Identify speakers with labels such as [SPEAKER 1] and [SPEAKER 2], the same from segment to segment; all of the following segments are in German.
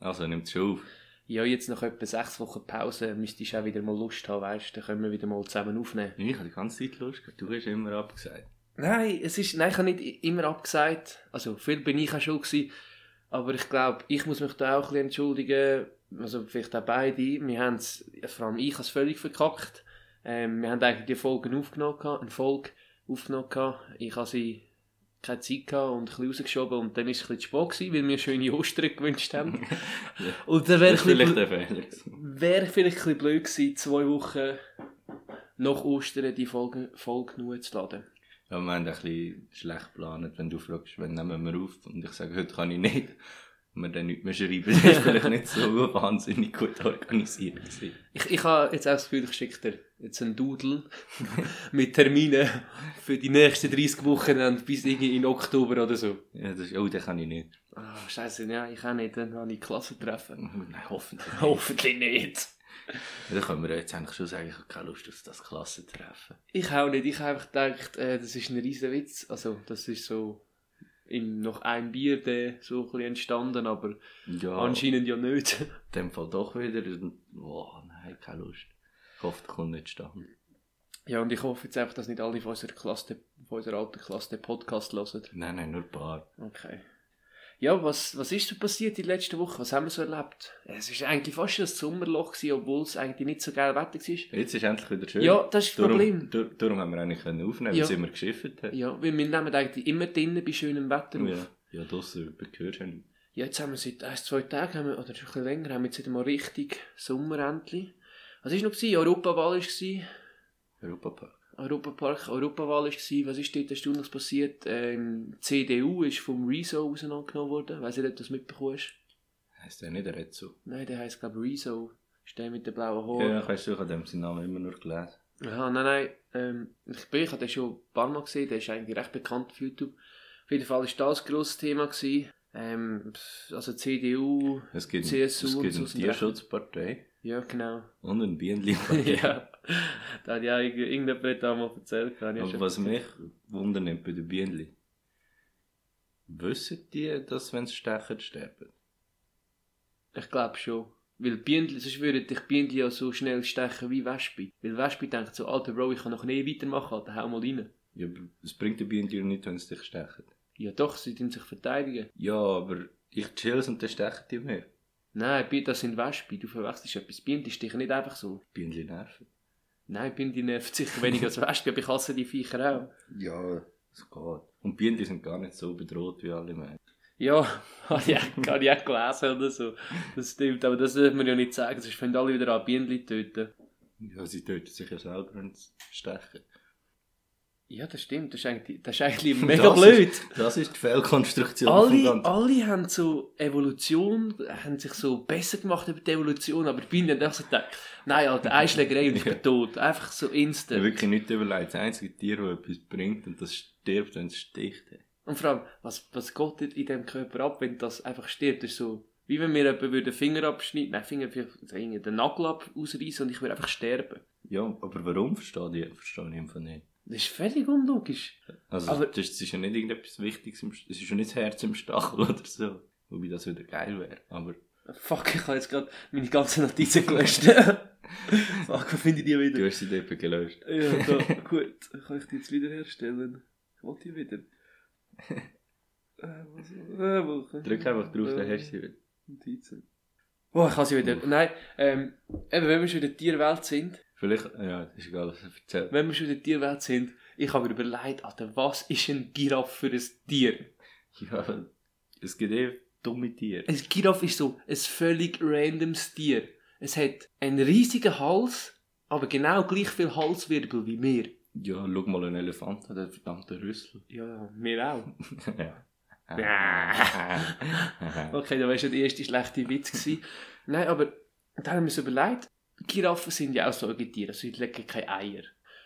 [SPEAKER 1] Also, nimmt es schon auf.
[SPEAKER 2] Ja, jetzt nach etwa sechs Wochen Pause müsstest du auch wieder mal Lust haben, weißt du? Dann können wir wieder mal zusammen aufnehmen.
[SPEAKER 1] Ich habe die ganze Zeit Lust gehabt. Du hast immer abgesagt.
[SPEAKER 2] Nein, es ist, nein, ich habe nicht immer abgesagt. Also, viel bin ich auch schon gewesen. Aber ich glaube, ich muss mich da auch ein bisschen entschuldigen. Also, vielleicht auch beide. Wir haben es, vor allem ich, habe es völlig verkackt. Ähm, wir haben eigentlich die Folgen aufgenommen, gehabt, eine Folge aufgenommen. gehabt. Ich habe sie keine Zeit gehabt und ein bisschen rausgeschoben. Und dann ist es ein bisschen zu spät gewesen, weil wir schöne Ostern gewünscht haben. Und dann wäre
[SPEAKER 1] Das
[SPEAKER 2] ich
[SPEAKER 1] ist vielleicht der Fehler. gewesen.
[SPEAKER 2] Wäre vielleicht ein bisschen blöd gewesen, zwei Wochen nach Ostern die Folge voll genug zu laden.
[SPEAKER 1] Ja, wir haben ein bisschen schlecht geplant, wenn du fragst, wann nehmen wir auf. Und ich sage, heute kann ich nicht. Und wir dann nicht mehr schreiben. Das ist vielleicht nicht so wahnsinnig gut organisiert gewesen.
[SPEAKER 2] Ich, ich habe jetzt auch das Gefühl, ich schicke dir jetzt einen Doodle mit Terminen für die nächsten 30 Wochen und bis irgendwie in Oktober oder so.
[SPEAKER 1] Ja, das ist, oh, den kann ich nicht.
[SPEAKER 2] Ah, Scheiße, ja, ich auch nicht. Dann habe ich Klassentreffen.
[SPEAKER 1] Nein, hoffentlich.
[SPEAKER 2] Hoffentlich nicht.
[SPEAKER 1] Ja, Dann können wir jetzt eigentlich schon sagen, ich habe keine Lust auf das Klassentreffen.
[SPEAKER 2] Ich auch nicht. Ich habe einfach gedacht, äh, das ist ein riesen Witz. Also, das ist so im, nach einem Bier dann so ein bisschen entstanden, aber
[SPEAKER 1] Ja,
[SPEAKER 2] anscheinend ja nicht.
[SPEAKER 1] in dem Fall doch wieder. Und, oh, nein, keine Lust. Ich hoffe, der kommt nicht stand.
[SPEAKER 2] Ja, und ich hoffe jetzt einfach, dass nicht alle von unserer Klasse, von unserer alten Klasse den Podcast hören.
[SPEAKER 1] Nein, nein, nur ein paar.
[SPEAKER 2] Okay. Ja, was, was ist denn passiert in der letzten Woche? Was haben wir so erlebt? Es war eigentlich fast ein Sommerloch, gewesen, obwohl es eigentlich nicht so geil Wetter war.
[SPEAKER 1] Jetzt ist endlich wieder schön.
[SPEAKER 2] Ja, das ist das Problem.
[SPEAKER 1] Darum, dur- darum haben wir eigentlich können aufnehmen,
[SPEAKER 2] Ja.
[SPEAKER 1] weil es immer geschifft hat.
[SPEAKER 2] Ja, weil wir nehmen eigentlich immer drinnen bei schönem Wetter auf.
[SPEAKER 1] ja. ja draussen gehört schon.
[SPEAKER 2] Ja, jetzt haben wir seit ein, zwei Tagen, haben wir, oder schon ein bisschen länger, haben wir jetzt wieder mal richtig Sommer endlich. Was war noch? Gewesen? Europawahl war
[SPEAKER 1] Europapark.
[SPEAKER 2] Europapark, Europawahl war. Was ist dort? Hast du noch passiert? Ähm, die CDU ist vom Rezo auseinandergenommen worden. Weiss nicht, ob du das mitbekommen hast.
[SPEAKER 1] Heißt der nicht Rezzo?
[SPEAKER 2] Nein, der heisst, glaube ich, Rezo. Ist der mit den blauen
[SPEAKER 1] Oh. Ja,
[SPEAKER 2] Haaren.
[SPEAKER 1] ich weiss, ich habe dem seinen Namen immer nur gelesen.
[SPEAKER 2] Aha, nein, nein. Ähm, ich bin, ich habe den schon ein paar Mal gesehen. Der ist eigentlich recht bekannt auf YouTube. Auf jeden Fall war das ein grosses Thema. Gewesen. Ähm, pff, also CDU.
[SPEAKER 1] Es gibt,
[SPEAKER 2] CSU
[SPEAKER 1] es
[SPEAKER 2] und
[SPEAKER 1] gibt
[SPEAKER 2] so
[SPEAKER 1] eine
[SPEAKER 2] sind recht.
[SPEAKER 1] Tierschutzpartei
[SPEAKER 2] Ja, genau.
[SPEAKER 1] und eine Bienenliebpartei.
[SPEAKER 2] ja. Da hat ja irg- irgendjemand hat da mal erzählt. da habe ich ja
[SPEAKER 1] Aber
[SPEAKER 2] schon-
[SPEAKER 1] was mich wundert bei den Bienen, wissen die, dass wenn sie stechen, sterben?
[SPEAKER 2] Ich glaube schon. Weil Bienen, sonst würden dich Bienen ja so schnell stechen wie Wespe. Weil Wespe denkt so, alter Bro, ich kann noch nie weitermachen, Alter, hau mal rein.
[SPEAKER 1] Ja, aber es bringt den Bienen ja nicht, wenn sie dich stechen.
[SPEAKER 2] Ja doch, sie tun sich verteidigen.
[SPEAKER 1] Ja, aber ich chill's und dann stechen die mehr.
[SPEAKER 2] Nein, Bi- das sind Wespe, du verwechselst etwas. Bienen stechen nicht einfach so.
[SPEAKER 1] Bienen nerven.
[SPEAKER 2] Nein, Bienen nervt sicher weniger als Wespe, aber ich hasse die Viecher auch.
[SPEAKER 1] Ja. Es geht. Und Bienen sind gar nicht so bedroht wie alle Menschen.
[SPEAKER 2] Ja, habe ich auch- habe ich auch gelesen oder so. Das stimmt, aber das dürfen wir ja nicht sagen, sonst fangen alle wieder an, Bienen töten.
[SPEAKER 1] Ja, sie töten sich ja selber, wenn sie stechen.
[SPEAKER 2] Ja, das stimmt. Das ist eigentlich, das ist eigentlich mega
[SPEAKER 1] Das
[SPEAKER 2] blöd.
[SPEAKER 1] Das ist die Fehlkonstruktion vom
[SPEAKER 2] Alle,
[SPEAKER 1] Ganzen.
[SPEAKER 2] alle haben so Evolution, haben sich so besser gemacht über die Evolution, aber die Bienen haben auch so gedacht, nein, Alter, eine Schlägerei und ich bin tot. Einfach so
[SPEAKER 1] Ich habe
[SPEAKER 2] instant.
[SPEAKER 1] wirklich nicht überlegt. Das einzige Tier, das etwas bringt und das stirbt, wenn es sticht.
[SPEAKER 2] Und vor allem, was, was geht dort in dem Körper ab, wenn das einfach stirbt? Das ist so, wie wenn mir jemand würde den Finger abschneiden, nein, Finger, vielleicht irgendwie den Nagel ab, ausreißen und ich würde einfach sterben.
[SPEAKER 1] Ja, aber warum verstehe ich, verstehe ich einfach nicht.
[SPEAKER 2] Das ist völlig unlogisch.
[SPEAKER 1] Also,
[SPEAKER 2] Aber-
[SPEAKER 1] das, ist- das ist ja nicht irgendetwas Wichtiges, im, es ist ja nicht das Herz im Stachel oder so. Wobei das wieder geil wäre. Aber
[SPEAKER 2] Fuck, ich habe jetzt gerade meine ganzen Notizen gelöscht. Fuck, wo finde ich die wieder?
[SPEAKER 1] du hast sie dort gelöscht.
[SPEAKER 2] Ja, da, gut. Kann ich die jetzt wiederherstellen? Ich will die wieder. Äh, was- äh, wo kann ich-
[SPEAKER 1] Drück einfach drauf,
[SPEAKER 2] Eh,
[SPEAKER 1] dann hast du sie wieder.
[SPEAKER 2] Notizen. Boah, ich kann sie wieder. Nein, ähm, eben, wenn wir schon in der Tierwelt sind,
[SPEAKER 1] Vielleicht, ja, ist egal, was ich erzähle.
[SPEAKER 2] wenn wir schon in der Tierwelt sind, ich habe mir überlegt, Alter, was ist ein Giraffe für ein Tier?
[SPEAKER 1] Ja, es gibt eh dumme Tiere.
[SPEAKER 2] Ein Giraffe ist so ein völlig randomes Tier. Es hat einen riesigen Hals, aber genau gleich viel Halswirbel wie wir.
[SPEAKER 1] Ja, schau mal einen Elefant an, der verdammte Rüssel.
[SPEAKER 2] Ja, wir auch.
[SPEAKER 1] ja.
[SPEAKER 2] Okay, da war schon der erste schlechte Witz. Gewesen. Nein, aber da haben wir uns überlegt, Giraffen sind ja auch Säugetiere, also sie legen keine Eier.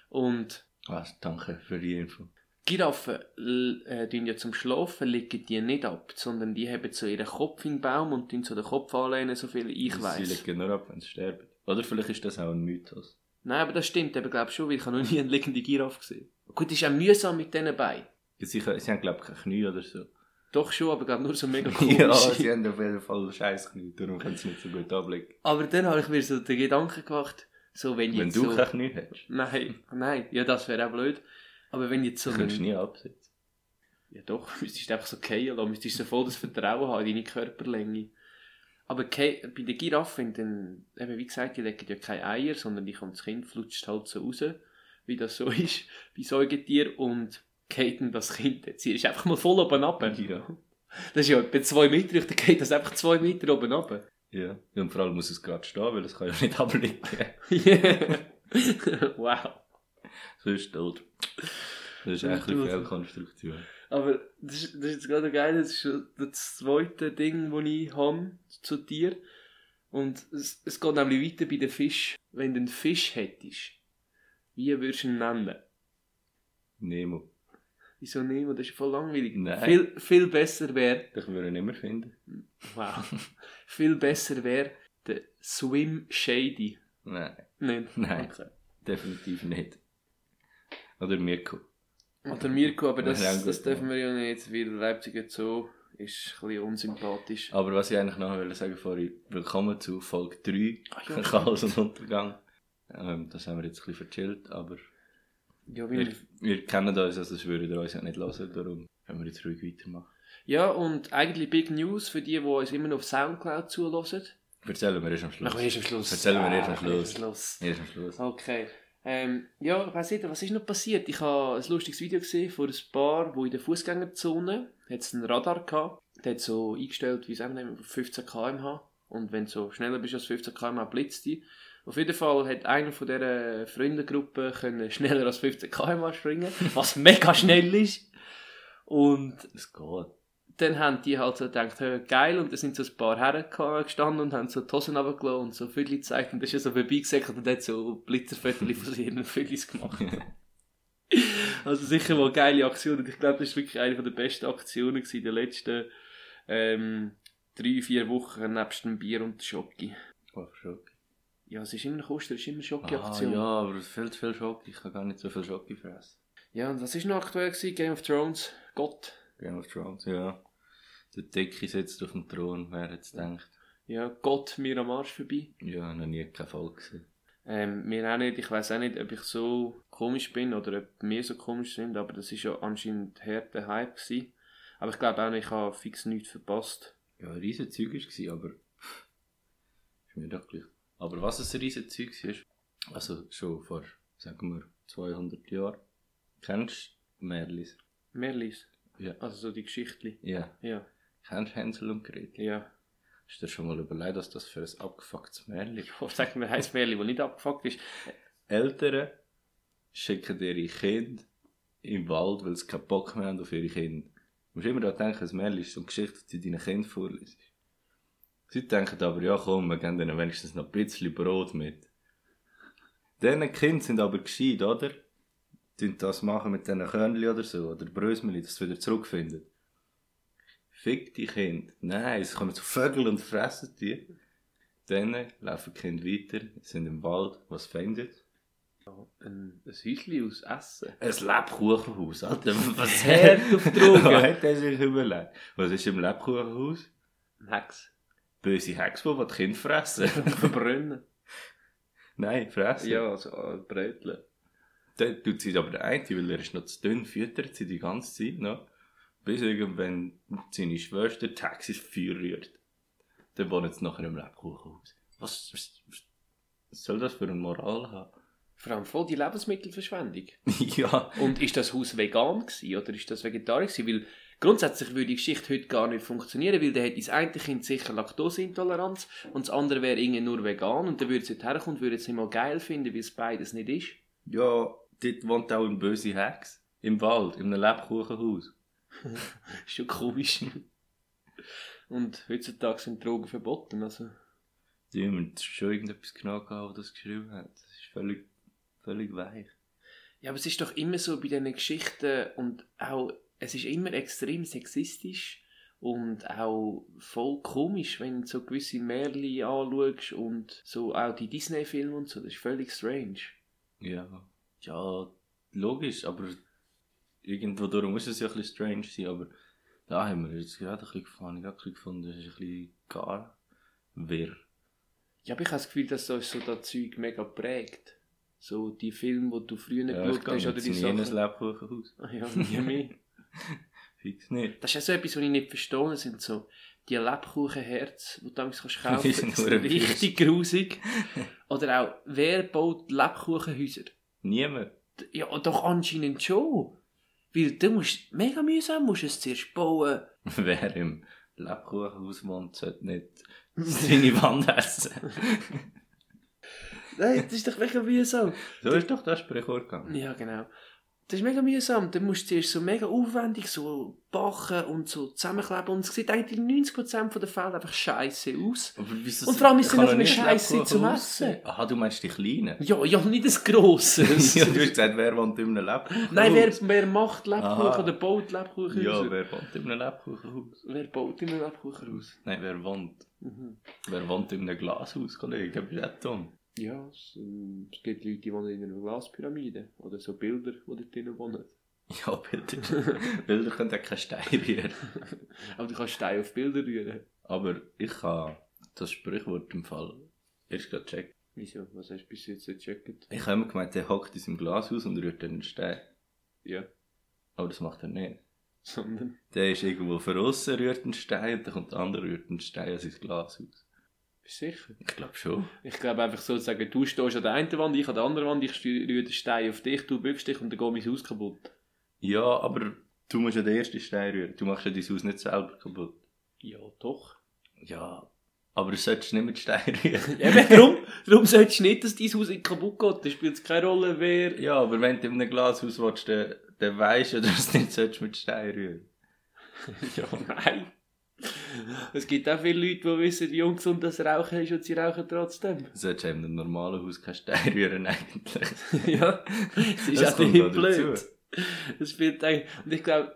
[SPEAKER 2] Und
[SPEAKER 1] Was, danke für die Info.
[SPEAKER 2] Giraffen l- äh, tun ja zum Schlafen, legen die nicht ab, sondern die haben so ihren Kopf in den Baum und tun so den Kopf anlehnen, so viel ich
[SPEAKER 1] Sie
[SPEAKER 2] weiß.
[SPEAKER 1] legen nur ab, wenn sie sterben. Oder vielleicht ist das auch ein Mythos.
[SPEAKER 2] Nein, aber das stimmt, aber glaube schon, weil ich habe noch nie eine liegende Giraffe gesehen. Gut, ist auch mühsam mit diesen Beinen.
[SPEAKER 1] Sie, sie haben, glaube ich, keine Knie oder so.
[SPEAKER 2] Doch schon, aber glaub nur so mega komisch.
[SPEAKER 1] ja, sie haben auf jeden Fall scheiß Knie, darum können sie nicht so gut abblicken.
[SPEAKER 2] Aber dann habe ich mir so den Gedanken gemacht, so wenn
[SPEAKER 1] Wenn
[SPEAKER 2] jetzt
[SPEAKER 1] du
[SPEAKER 2] so...
[SPEAKER 1] kein Knie hast,
[SPEAKER 2] Nein, nein, ja das wäre auch blöd. Aber wenn jetzt so...
[SPEAKER 1] kannst du
[SPEAKER 2] Ein,
[SPEAKER 1] nie absitzen.
[SPEAKER 2] ja doch, müsstest du einfach so fallen lassen, müsstest du voll das Vertrauen haben in deine Körperlänge. Aber ke- bei den Giraffen, dann, eben wie gesagt, die legen ja keine Eier, sondern die kommt das Kind, flutscht halt so raus, wie das so ist bei Säugetieren und geht dann das Kind, jetzt ist einfach mal voll oben runter.
[SPEAKER 1] Ja.
[SPEAKER 2] Das ist ja etwa zwei Meter, dann geht das einfach zwei Meter oben runter.
[SPEAKER 1] Ja. ja. Und vor allem muss es gerade stehen, weil es kann ja nicht abblicken.
[SPEAKER 2] wow.
[SPEAKER 1] so ist es tot. Das ist echt eine Fehlkonstruktion.
[SPEAKER 2] Aber das ist, das ist jetzt gerade geil, das ist schon das zweite Ding, das ich habe zu dir. Und es, es geht nämlich weiter bei den Fisch. Wenn du einen Fisch hättest, wie würdest du ihn nennen?
[SPEAKER 1] Nemo.
[SPEAKER 2] Wieso Nemo? Das ist voll langweilig.
[SPEAKER 1] Nein.
[SPEAKER 2] Viel, viel besser wäre,
[SPEAKER 1] Ich würde ihn nicht mehr finden.
[SPEAKER 2] wow, viel besser wäre der Swim Shady.
[SPEAKER 1] Nein,
[SPEAKER 2] Nein.
[SPEAKER 1] Nein.
[SPEAKER 2] Okay.
[SPEAKER 1] definitiv nicht. Oder Mirko.
[SPEAKER 2] Oder Mirko, aber
[SPEAKER 1] Wäre
[SPEAKER 2] das,
[SPEAKER 1] auch gut,
[SPEAKER 2] das dürfen
[SPEAKER 1] ja.
[SPEAKER 2] wir ja nicht, weil Leipziger Zoo ist ein bisschen unsympathisch.
[SPEAKER 1] Aber was ich eigentlich noch wollte sagen vorhin, willkommen zu Folge 3,
[SPEAKER 2] Ach ja.
[SPEAKER 1] Chaos und Untergang. Ähm, das haben wir jetzt ein bisschen verchillt, aber
[SPEAKER 2] Ja, wie
[SPEAKER 1] wir, wir kennen uns, also das würdet ihr uns ja nicht hören, darum können wir jetzt ruhig weitermachen.
[SPEAKER 2] ja, und eigentlich Big News für die, die uns immer noch auf Soundcloud zulassen.
[SPEAKER 1] Erzählen wir erst am Schluss.
[SPEAKER 2] Machen wir erst am Schluss.
[SPEAKER 1] Erzählen wir erst am
[SPEAKER 2] Ah, machen wir
[SPEAKER 1] Schluss. Erst am Schluss.
[SPEAKER 2] Okay. Ähm, ja, ich weiss nicht, was ist noch passiert? Ich habe ein lustiges Video gesehen von ein Paar, wo in der Fußgängerzone hat's ein Radar gehabt. Der hat so eingestellt, wie es auch nennt, 15 km/h. Und wenn du so schneller bist als 15 km/h, blitzt die. Auf jeden Fall hat einer von dieser Freundengruppe können schneller als 15 km/h springen, was mega schnell ist. Und
[SPEAKER 1] Es geht.
[SPEAKER 2] dann haben die halt so gedacht, hey, geil, und da sind so ein paar Herren gestanden und haben so die Hosen runtergelassen und so Viertel gezeigt und das ist ja so vorbeigesäckelt und hat so Blitzerviertel von ihren Viertelis gemacht. also sicher mal eine geile Aktion und ich glaube, das war wirklich eine der besten Aktionen gewesen in den letzten ähm, drei, vier Wochen nebst dem Bier und der Schocke.
[SPEAKER 1] Oh, Schock.
[SPEAKER 2] Ja, es ist immer noch Kosten, es ist immer eine
[SPEAKER 1] Ah,
[SPEAKER 2] Schocke-Aktion.
[SPEAKER 1] ja,
[SPEAKER 2] ja.
[SPEAKER 1] aber es fehlt viel Schock. Ich kann gar nicht so viel Schock fressen.
[SPEAKER 2] und was ist noch aktuell gewesen? Game of Thrones, Gott.
[SPEAKER 1] Game of Thrones, ja. Der Dicke sitzt auf dem Thron, wer jetzt denkt.
[SPEAKER 2] Ja, Gott mir am Arsch vorbei.
[SPEAKER 1] Ja, noch nie keine Folge gesehen.
[SPEAKER 2] Ähm, mir auch nicht, ich weiß auch nicht, ob ich so komisch bin oder ob wir so komisch sind, aber das ist ja anscheinend härter Hype gewesen. Aber ich glaube auch nicht, ich habe fix nichts verpasst.
[SPEAKER 1] Ja, ein riesen Zeug war, aber. Ist mir doch gleich. Aber was es ein riesen Zeug war, also schon vor, sagen wir, 200 Jahren. Kennst du Merlis?
[SPEAKER 2] Merlis.
[SPEAKER 1] Ja.
[SPEAKER 2] Also so die Geschichte.
[SPEAKER 1] Ja.
[SPEAKER 2] Ja.
[SPEAKER 1] Kennst du Hänsel und Gretel?
[SPEAKER 2] Ja.
[SPEAKER 1] Hast du dir schon mal überlegt, was das für ein abgefucktes Märchen ist?
[SPEAKER 2] Ich sag mir, heißt Merli, wo nicht abgefuckt ist.
[SPEAKER 1] Eltern schicken ihre Kinder im Wald, weil sie keinen Bock mehr haben auf ihre Kinder. Du musst immer daran denken, ein Märchen ist so eine Geschichte, die du deinen Kindern vorliest. Sie denken aber, ja komm, wir geben ihnen wenigstens noch ein bisschen Brot mit. Diese Kinder sind aber gescheit, oder? Die das machen mit diesen Körnchen oder so, oder Brösmeli, dass sie wieder zurückfinden. Fick die Kinder. Nein, es kommen zu Vögel und fressen die. Dann laufen die Kinder weiter, sind im Wald, was findet?
[SPEAKER 2] Ein, ein Häuschen aus Essen.
[SPEAKER 1] Ein Lebkuchenhaus, Alter. Was
[SPEAKER 2] Herd auf Drogen.
[SPEAKER 1] Was hat er sich überlegt? Was ist im Lebkuchenhaus?
[SPEAKER 2] Ein Hex.
[SPEAKER 1] Böse Hex, die die Kinder fressen.
[SPEAKER 2] Verbrennen.
[SPEAKER 1] Nein, fressen.
[SPEAKER 2] ja, also äh, Bröteln.
[SPEAKER 1] Dann tut sie aber der eine, weil er ist noch zu dünn, füttert sie die ganze Zeit noch. Bis irgendwann seine Schwester Taxis Feuer rührt. Dann wohnen sie nachher im Lebkuchenhaus. Was, was, was- was soll das für eine Moral haben?
[SPEAKER 2] Vor allem voll die Lebensmittelverschwendung.
[SPEAKER 1] ja,
[SPEAKER 2] Und ist das Haus vegan gewesen, oder ist das vegetarisch gewesen? Weil grundsätzlich würde die Geschichte heute gar nicht funktionieren, weil dann hätte das eine Kind sicher Laktoseintoleranz und das andere wäre irgendwie nur vegan und dann würde es nicht herkommen und würde es nicht mal geil finden, weil es beides nicht ist.
[SPEAKER 1] ja, dort wohnt auch ein böse Hex. Im Wald, in einem Lebkuchenhaus.
[SPEAKER 2] Ist schon komisch. und heutzutage sind Drogen verboten, also.
[SPEAKER 1] Die haben schon irgendetwas genau gehabt, was das geschrieben hat. Das ist völlig, völlig weich.
[SPEAKER 2] Ja, aber es ist doch immer so bei diesen Geschichten und auch, es ist immer extrem sexistisch und auch voll komisch, wenn du so gewisse Märchen anschaust und so auch die Disney-Filme und so, das ist völlig strange.
[SPEAKER 1] Ja. Ja, logisch, aber irgendwo darum muss es ja ein bisschen strange sein, aber Da haben wir jetzt gerade ein bisschen gefahren. Ich habe gerade gefunden, das ist ein bisschen gar wirr.
[SPEAKER 2] Ja, aber ich habe das Gefühl, dass uns so das Zeug mega prägt. So die Filme, die du früher
[SPEAKER 1] Ja, ich
[SPEAKER 2] geschaut
[SPEAKER 1] gehe
[SPEAKER 2] hast
[SPEAKER 1] jetzt
[SPEAKER 2] oder die
[SPEAKER 1] nie in ein
[SPEAKER 2] Sachen.
[SPEAKER 1] Lebkuchenhaus.
[SPEAKER 2] Ah Ja, nie mehr.
[SPEAKER 1] Fix nicht.
[SPEAKER 2] Das ist ja so etwas, was ich nicht verstehe. Das sind so die Lebkuchenherz, die du damals kannst kaufen
[SPEAKER 1] Die sind
[SPEAKER 2] kannst. Das ist
[SPEAKER 1] nur ein
[SPEAKER 2] richtig grusig. Oder auch, wer baut Lebkuchenhäuser?
[SPEAKER 1] Niemand.
[SPEAKER 2] Ja, doch anscheinend schon. Weil du musst mega mühsam musst es zuerst bauen.
[SPEAKER 1] Wer im Lebkuchenhaus wohnt, sollte nicht seine Wand essen.
[SPEAKER 2] Nein, das ist doch mega mühsam.
[SPEAKER 1] So ist doch das Sprichwort gegangen.
[SPEAKER 2] Ja, genau. Das ist mega mühsam. Dann musst du zuerst so mega aufwendig so backen und so zusammenkleben. Und es sieht eigentlich in 90% der Fälle einfach scheiße aus.
[SPEAKER 1] Aber wieso
[SPEAKER 2] Und vor allem ist
[SPEAKER 1] kann
[SPEAKER 2] sie noch
[SPEAKER 1] er
[SPEAKER 2] eine
[SPEAKER 1] nicht
[SPEAKER 2] Scheisse
[SPEAKER 1] Lebkuchenhaus
[SPEAKER 2] zum Essen.
[SPEAKER 1] sein? Aha, du meinst die Kleinen?
[SPEAKER 2] Ja, ja, nicht das Grosses.
[SPEAKER 1] ja, du hast gesagt, wer wohnt in einem Lebkuchenhaus?
[SPEAKER 2] Nein, wer, wer macht
[SPEAKER 1] Aha.
[SPEAKER 2] Lebkuchen oder baut Lebkuchen
[SPEAKER 1] Ja,
[SPEAKER 2] raus?
[SPEAKER 1] wer wohnt in einem Lebkuchenhaus?
[SPEAKER 2] Wer baut immer Lebkuchen raus?
[SPEAKER 1] Nein, wer wohnt?
[SPEAKER 2] Mhm.
[SPEAKER 1] Wer wohnt in einem Glashaus, Kollege? Da bist du auch dumm.
[SPEAKER 2] Ja, es, ähm, es gibt Leute, die wohnen in einer Glaspyramide. Oder so Bilder, die dort drinnen wohnen.
[SPEAKER 1] Ja, Bilder. Bilder können auch keinen Stein rühren.
[SPEAKER 2] Aber du kannst Steine auf Bilder rühren.
[SPEAKER 1] Aber ich habe das Sprichwort im Fall erst gerade gecheckt.
[SPEAKER 2] Wieso? Was hast du bis jetzt nicht gecheckt?
[SPEAKER 1] Ich habe immer gemeint, der hockt in seinem Glashaus und rührt dann einen Stein.
[SPEAKER 2] Ja.
[SPEAKER 1] Aber das macht er nicht.
[SPEAKER 2] Sondern,
[SPEAKER 1] Der ist irgendwo verrissen, rührt einen Stein und dann kommt der andere rührt einen Stein an sein Glashaus.
[SPEAKER 2] bist du sicher?
[SPEAKER 1] Ich glaube schon.
[SPEAKER 2] Ich glaube einfach sozusagen, du stehst an der einen Wand, ich an der anderen Wand, ich stü- rühre den Stein auf dich, du bückst dich und dann geht mein Haus kaputt.
[SPEAKER 1] Ja, aber du musst ja den ersten Stein rühren. Du machst ja dein Haus nicht selber kaputt.
[SPEAKER 2] Ja, doch.
[SPEAKER 1] Ja, aber du solltest nicht mit Stein rühren.
[SPEAKER 2] Eben, darum, darum solltest du nicht, dass dein Haus nicht kaputt geht. Da spielt es keine Rolle, wer...
[SPEAKER 1] ja, aber wenn du in einem Glashaus willst, dann, dann weisst du, dass du nicht solltest mit Stein rühren
[SPEAKER 2] Ja, nein. Es gibt auch viele Leute, die wissen, wie ungesund das Rauchen ist und sie rauchen trotzdem.
[SPEAKER 1] Du solltest eben in einem normalen Haus keinen Stein rühren eigentlich.
[SPEAKER 2] ja, das ist
[SPEAKER 1] Das
[SPEAKER 2] auch
[SPEAKER 1] kommt
[SPEAKER 2] nicht
[SPEAKER 1] noch
[SPEAKER 2] blöd.
[SPEAKER 1] dazu.
[SPEAKER 2] Das spielt eigentlich... Und ich glaube,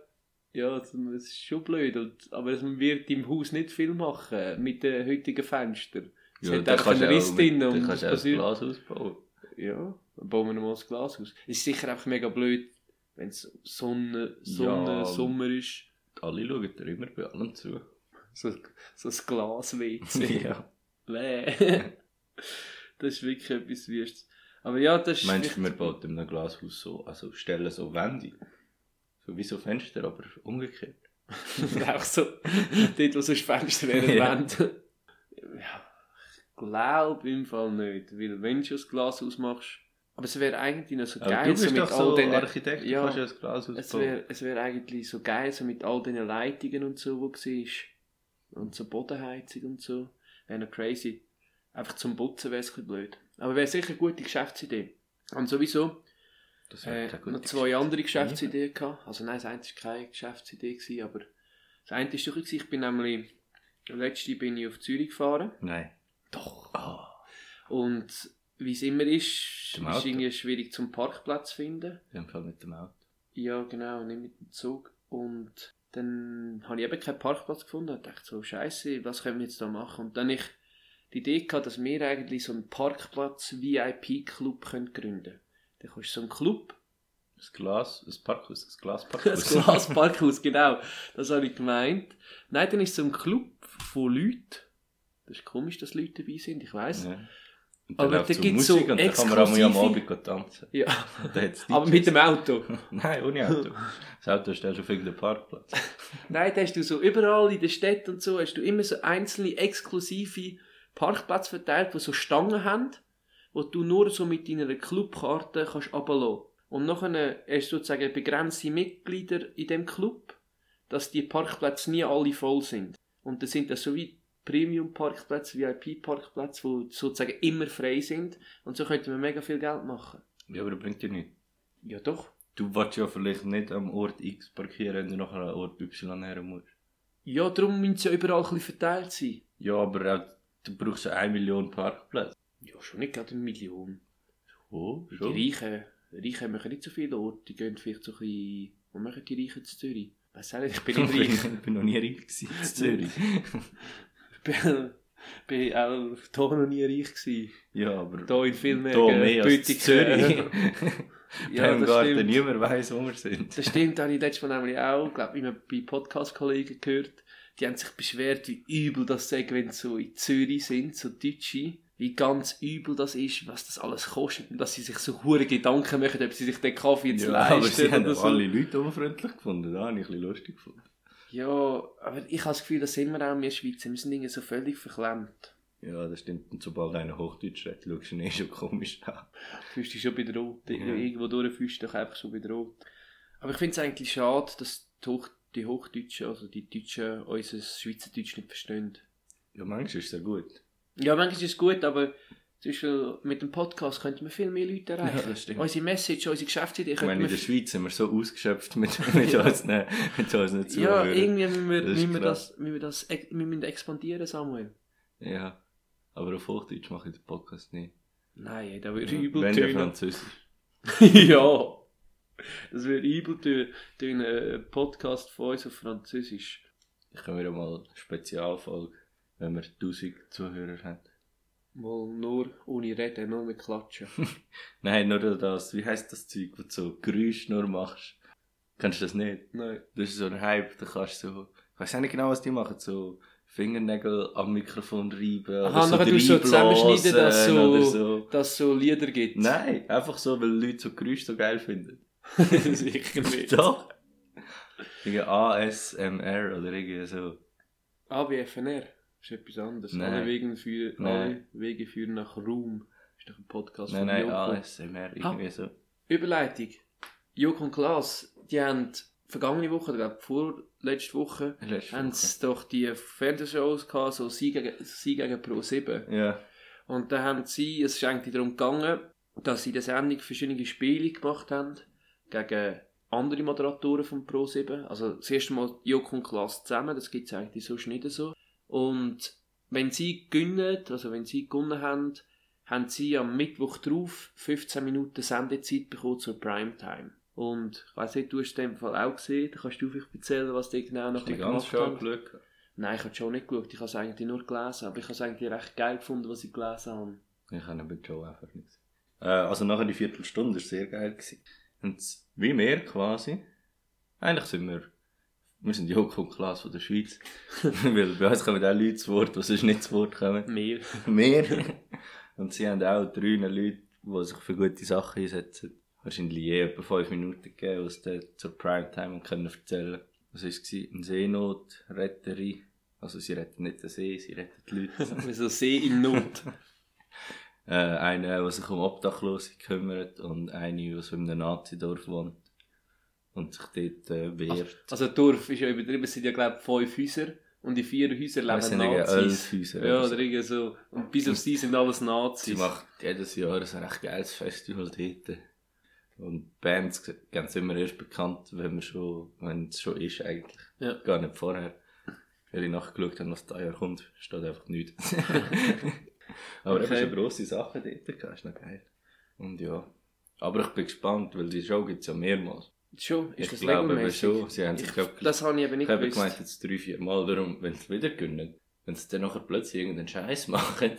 [SPEAKER 2] ja, das das ist schon blöd, und, aber man wird im Haus nicht viel machen mit den heutigen Fenstern. Es hat
[SPEAKER 1] dann
[SPEAKER 2] einfach
[SPEAKER 1] kannst
[SPEAKER 2] einen
[SPEAKER 1] du auch
[SPEAKER 2] Riss
[SPEAKER 1] mit-
[SPEAKER 2] drin und
[SPEAKER 1] Dann kannst du auch
[SPEAKER 2] was
[SPEAKER 1] das Glas ausbauen.
[SPEAKER 2] Ja, dann bauen wir nochmal das Glas aus. Ist sicher einfach mega blöd, wenn es Sonne, Sonne,
[SPEAKER 1] Ja.
[SPEAKER 2] Sommer ist.
[SPEAKER 1] Alle schauen dir immer bei allem zu.
[SPEAKER 2] So, so das Glas-WC. Bäh. das ist wirklich etwas Wüstes. Aber ja, das ist.
[SPEAKER 1] Meinst du, wir
[SPEAKER 2] wirklich-
[SPEAKER 1] bauen in einem Glashaus so, also stellen so Wände? So wie so Fenster, aber umgekehrt.
[SPEAKER 2] auch so. Dort, wo so Fenster wären,
[SPEAKER 1] Ja.
[SPEAKER 2] Wände. Ja, ich glaube im Fall nicht. Weil, wenn du schon das Glas ausmachst. Aber es wäre eigentlich noch so
[SPEAKER 1] Aber
[SPEAKER 2] geil,
[SPEAKER 1] du bist
[SPEAKER 2] so mit
[SPEAKER 1] doch
[SPEAKER 2] all
[SPEAKER 1] so
[SPEAKER 2] diesen-
[SPEAKER 1] Architekt,
[SPEAKER 2] Ja.
[SPEAKER 1] du kannst ja das Glas
[SPEAKER 2] Es
[SPEAKER 1] ausbauen.
[SPEAKER 2] wäre es wär eigentlich so geil, so mit all diesen Leitungen und so, wo war. Und so Bodenheizung und so. Wäre noch crazy. Einfach zum Putzen wäre es ein bisschen blöd. Aber wäre sicher eine gute Geschäftsidee. Und sowieso
[SPEAKER 1] Das wär
[SPEAKER 2] äh,
[SPEAKER 1] keine gute
[SPEAKER 2] noch zwei andere
[SPEAKER 1] Geschichte.
[SPEAKER 2] Geschäftsideen gehabt. Also nein, das eine war keine Geschäftsidee, gewesen, aber das eine war so, gewesen, ich bin nämlich, letzte bin ich auf Zürich gefahren.
[SPEAKER 1] Nein.
[SPEAKER 2] Doch.
[SPEAKER 1] Ah,
[SPEAKER 2] Und wie es immer ist, ist
[SPEAKER 1] Dem Auto.
[SPEAKER 2] irgendwie schwierig zum Parkplatz zu finden.
[SPEAKER 1] in dem Fall mit dem Auto.
[SPEAKER 2] Ja, genau, nicht mit dem Zug. Und dann habe ich eben keinen Parkplatz gefunden und dachte so, Scheiße, was können wir jetzt da machen? Und dann ich die Idee gehabt, dass wir eigentlich so einen Parkplatz-VIP-Club können gründen können. Dann kommst du so einen Club,
[SPEAKER 1] Das Glas, das Parkhaus, das Glasparkhaus.
[SPEAKER 2] ein Glasparkhaus, genau, das habe ich gemeint. Nein, dann ist so ein Club von Leuten. Das ist komisch, dass Leute dabei sind, ich weiß.
[SPEAKER 1] Ja. Und
[SPEAKER 2] Aber
[SPEAKER 1] dann läuft
[SPEAKER 2] da
[SPEAKER 1] so
[SPEAKER 2] gibt's
[SPEAKER 1] Musik
[SPEAKER 2] so
[SPEAKER 1] und dann kann man auch mal am
[SPEAKER 2] exklusive-
[SPEAKER 1] Abend gehen tanzen.
[SPEAKER 2] Ja,
[SPEAKER 1] Da hat's
[SPEAKER 2] aber
[SPEAKER 1] DJs.
[SPEAKER 2] mit dem Auto.
[SPEAKER 1] Nein, ohne Auto. Das Auto stellst du auf irgendeinen Parkplatz.
[SPEAKER 2] Nein, da hast du so überall in der Stadt und so, hast du immer so einzelne exklusive Parkplätze verteilt, die so Stangen haben, wo du nur so mit deiner Clubkarte kannst runterlassen. Und nachher hast du sozusagen begrenzte Mitglieder in dem Club, dass die Parkplätze nie alle voll sind. Und dann sind das so wie Premium-Parkplätze, VIP-Parkplätze, die sozusagen immer frei sind. Und so könnte man mega viel Geld machen.
[SPEAKER 1] Ja, aber das bringt dir nichts.
[SPEAKER 2] Ja doch.
[SPEAKER 1] Du willst ja vielleicht nicht am Ort X parkieren, wenn du nachher an Ort Y her musst.
[SPEAKER 2] Ja, darum müssen sie ja überall ein bisschen verteilt sein.
[SPEAKER 1] Ja, aber auch, du brauchst ja 1 Million Parkplätze.
[SPEAKER 2] Ja, schon nicht gerade eine Million.
[SPEAKER 1] Oh,
[SPEAKER 2] Die Reichen, Reichen machen nicht so viele Orte, die gehen vielleicht so ein bisschen... Wo machen die Reichen in Zürich? Weiss auch nicht, ich bin
[SPEAKER 1] Ich bin,
[SPEAKER 2] nicht reich.
[SPEAKER 1] ich bin noch nie reich gewesen in Zürich.
[SPEAKER 2] Ich bin- bin auch hier noch nie reich gewesen.
[SPEAKER 1] Ja, aber
[SPEAKER 2] Hier in viel mehr
[SPEAKER 1] hier mehr als in Zürich.
[SPEAKER 2] ja,
[SPEAKER 1] Im
[SPEAKER 2] das
[SPEAKER 1] Garten
[SPEAKER 2] stimmt.
[SPEAKER 1] niemand weiss, wo wir sind.
[SPEAKER 2] Das stimmt, habe ich letztes Mal nämlich auch, glaube ich, bei Podcast-Kollegen gehört. Die haben sich beschwert, wie übel das sei, wenn sie so in Zürich sind, so Deutsche. Wie ganz übel das ist, was das alles kostet. Und dass sie sich so hure Gedanken machen, ob sie sich den Kaffee jetzt
[SPEAKER 1] Ja,
[SPEAKER 2] leisten
[SPEAKER 1] aber sie haben
[SPEAKER 2] oder
[SPEAKER 1] auch
[SPEAKER 2] so.
[SPEAKER 1] alle Leute unfreundlich gefunden. Da habe ich ein bisschen lustig gefunden.
[SPEAKER 2] Ja, aber ich habe das Gefühl, das sind wir auch, wir Schweizer, wir sind irgendwie so völlig verklemmt.
[SPEAKER 1] Ja, das stimmt. Und sobald einer Hochdeutsch redet, schaust du ihn eh schon komisch an.
[SPEAKER 2] Fühlst dich schon bedroht.
[SPEAKER 1] Ja.
[SPEAKER 2] Irgendwo durch fühlst du dich einfach schon bedroht. Aber ich finde es eigentlich schade, dass die, Hoch die Hochdeutschen, also die Deutschen, unser Schweizerdeutsch nicht verstehen.
[SPEAKER 1] Ja, manchmal ist es ja gut.
[SPEAKER 2] Ja, manchmal ist es gut, aber zum Beispiel mit dem Podcast könnten wir viel mehr Leute erreichen.
[SPEAKER 1] Ja, das stimmt.
[SPEAKER 2] Unsere Message, unsere Geschäftsidee
[SPEAKER 1] Ich meine,
[SPEAKER 2] könnten
[SPEAKER 1] in der
[SPEAKER 2] wir...
[SPEAKER 1] Schweiz sind wir so ausgeschöpft mit, mit, unseren, mit unseren
[SPEAKER 2] Ja,
[SPEAKER 1] Zuhörern.
[SPEAKER 2] irgendwie müssen wir,
[SPEAKER 1] Das ist
[SPEAKER 2] müssen wir,
[SPEAKER 1] krass.
[SPEAKER 2] das, müssen wir, das, ex- wir müssen expandieren, Samuel.
[SPEAKER 1] Ja, aber auf Hochdeutsch mache ich den Podcast nicht.
[SPEAKER 2] Nein, da würde übel
[SPEAKER 1] Wenn der
[SPEAKER 2] tönen.
[SPEAKER 1] Französisch.
[SPEAKER 2] ja. Das würde übel tun, tun, ein äh, Podcast von uns auf Französisch.
[SPEAKER 1] Ich kann mir mal eine Spezialfolge, wenn wir 1000 Zuhörer haben.
[SPEAKER 2] Mal nur ohne Reden, nur mit Klatschen.
[SPEAKER 1] Nein, nur das, wie heisst das Zeug, wo du so Geräusche nur machst? Kennst du das nicht?
[SPEAKER 2] Nein.
[SPEAKER 1] Das ist so ein Hype, da kannst du so, ich weiss auch nicht genau, was die machen, so Fingernägel am Mikrofon reiben.
[SPEAKER 2] Aha, nachher tust du so
[SPEAKER 1] reinblasen
[SPEAKER 2] zusammenschneiden, dass so-
[SPEAKER 1] Oder so.
[SPEAKER 2] Dass es so Lieder gibt.
[SPEAKER 1] Nein, einfach so, weil Leute so Geräusche so geil finden.
[SPEAKER 2] Sicher nicht.
[SPEAKER 1] Doch. Irgendwie ASMR oder irgendwie so.
[SPEAKER 2] AWFNR ist etwas anderes.
[SPEAKER 1] Nein.
[SPEAKER 2] Alle, Wegen für, alle
[SPEAKER 1] Nein.
[SPEAKER 2] Wege führen nach Ruhm. Ist doch ein Podcast
[SPEAKER 1] Nein, nein,
[SPEAKER 2] Joko. Ah.
[SPEAKER 1] ASMR, irgendwie so.
[SPEAKER 2] Überleitung. Joko und Klaas, die haben vergangene Woche, oder glaube vorletzte Woche,
[SPEAKER 1] Letzte
[SPEAKER 2] haben
[SPEAKER 1] Woche.
[SPEAKER 2] sie doch die Fernsehshows gehabt, so Sie gegen, sie gegen Pro 7.
[SPEAKER 1] Ja.
[SPEAKER 2] Und da haben sie, es ist eigentlich darum gegangen, dass sie in der Sendung verschiedene Spiele gemacht haben gegen andere Moderatoren von Pro7. Also das erste Mal Joko und Klaas zusammen, das gibt es eigentlich sonst nicht so. Und wenn sie gewinnen, also wenn sie gewonnen haben, haben sie am Mittwoch drauf 15 Minuten Sendezeit bekommen zur Primetime. Und ich weiss nicht, du hast es in dem Fall auch gesehen, da kannst du vielleicht erzählen, was die genau
[SPEAKER 1] Hast du
[SPEAKER 2] nachher
[SPEAKER 1] die ganze
[SPEAKER 2] gemacht
[SPEAKER 1] Show
[SPEAKER 2] haben.
[SPEAKER 1] Glück?
[SPEAKER 2] Nein, ich habe schon nicht geschaut, ich habe es eigentlich nur gelesen, aber ich habe es eigentlich recht geil gefunden, was ich gelesen habe.
[SPEAKER 1] Ich habe eben Joe einfach nicht gesehen. Äh, also nachher die Viertelstunde war sehr geil. Gewesen. Und s- wie wir quasi, eigentlich sind wir, wir sind Joko und Klaas von der Schweiz. Weil bei uns kommen auch Leute zu Wort, die sonst nicht zu Wort kommen.
[SPEAKER 2] Mehr.
[SPEAKER 1] wir. Und sie haben auch drei Leute, die sich für gute Sachen einsetzen. Wahrscheinlich je etwa fünf Minuten gegeben, was dann zur Primetime und können erzählen. Was war es? gewesen? Eine Seenotretterin. Also sie retten nicht den See, sie retten die Leute.
[SPEAKER 2] Also See in Not.
[SPEAKER 1] Äh, eine, der sich um Obdachlose kümmert und eine, die so in einem Nazi-Dorf wohnt und sich dort äh, wehrt.
[SPEAKER 2] Also Dorf ist ja übertrieben, es sind ja glaube ich fünf Häuser und in vier Häusern
[SPEAKER 1] Es
[SPEAKER 2] leben
[SPEAKER 1] sind irgendwie
[SPEAKER 2] Nazis.
[SPEAKER 1] elf Häuser.
[SPEAKER 2] Ja,
[SPEAKER 1] oder
[SPEAKER 2] oder
[SPEAKER 1] so.
[SPEAKER 2] irgendwie so. Und bis auf sie sind alles
[SPEAKER 1] Sie
[SPEAKER 2] Nazis.
[SPEAKER 1] macht jedes Jahr ein recht geiles Festival dort. Und Bands g- geben es immer erst bekannt, wenn man schon, wenn es schon ist eigentlich.
[SPEAKER 2] Ja.
[SPEAKER 1] Gar nicht vorher. Weil ich nachgeschaut habe, was da Jahr kommt, steht einfach nichts. Aber
[SPEAKER 2] Okay.
[SPEAKER 1] okay. eben so grosse Sachen dort, gehabt, ist noch geil. Und ja. Aber ich bin gespannt, weil die Show gibt es ja mehrmals.
[SPEAKER 2] Schon, ist
[SPEAKER 1] ich
[SPEAKER 2] das
[SPEAKER 1] glaube eben
[SPEAKER 2] regelmäßig?
[SPEAKER 1] schon. Sie haben
[SPEAKER 2] ich,
[SPEAKER 1] sich, glaub,
[SPEAKER 2] das habe ich eben
[SPEAKER 1] ich
[SPEAKER 2] nicht
[SPEAKER 1] habe
[SPEAKER 2] gewusst.
[SPEAKER 1] gemeint, jetzt drei, vier Mal. Darum, wenn sie wieder gönnen, wenn sie dann nachher plötzlich irgendeinen Scheiß machen,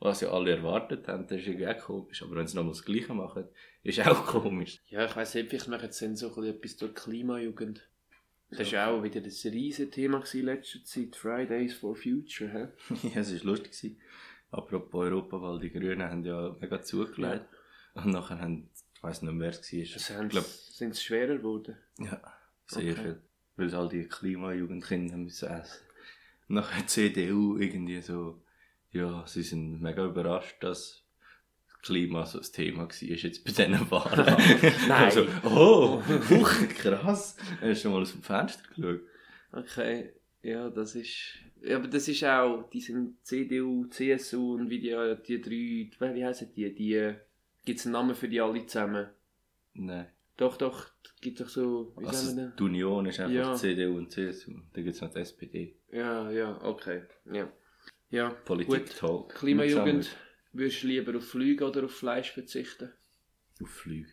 [SPEAKER 1] was ja alle erwartet haben, dann ist irgendwie auch komisch. Aber wenn sie nochmal das Gleiche machen, ist auch komisch.
[SPEAKER 2] Ja, ich weiss nicht, vielleicht machen sie dann so ein bisschen etwas durch die Klimajugend. Das war auch wieder ein riesiges Thema gewesen in letzter Zeit. Fridays for Future, hä?
[SPEAKER 1] ja, es war lustig. Gewesen. Apropos Europa, weil die Grünen haben ja mega zugelegt. Und nachher haben, ich weiß nicht mehr, wer es war.
[SPEAKER 2] Das haben,
[SPEAKER 1] glaub-
[SPEAKER 2] sind sie schwerer geworden.
[SPEAKER 1] Ja, sehr
[SPEAKER 2] Okay.
[SPEAKER 1] viel. Weil all die Klimajugendkinder müssen essen. Nachher die CDU irgendwie so, ja, sie sind mega überrascht, dass das Klima so das Thema war jetzt bei diesen Wahlen.
[SPEAKER 2] Nein.
[SPEAKER 1] Also, oh, huch, krass. Hast du schon mal aus dem Fenster geschaut?
[SPEAKER 2] Okay, ja, das ist. ja, Aber das ist auch, die sind CDU, CSU und wie die, die drei, wie- wie heißen die? Die gibt es einen Namen für die alle zusammen.
[SPEAKER 1] Nein.
[SPEAKER 2] Doch, doch, gibt doch so, wie sagen
[SPEAKER 1] Also,
[SPEAKER 2] wir
[SPEAKER 1] die Union ist einfach
[SPEAKER 2] Ja.
[SPEAKER 1] CDU und CSU. Dann gibt es noch die SPD.
[SPEAKER 2] denn? Ja, ja, okay. Ja. Ja.
[SPEAKER 1] Politik Talk.
[SPEAKER 2] Klimajugend, würdest du lieber auf Flüge oder auf Fleisch verzichten?
[SPEAKER 1] Auf Flüge.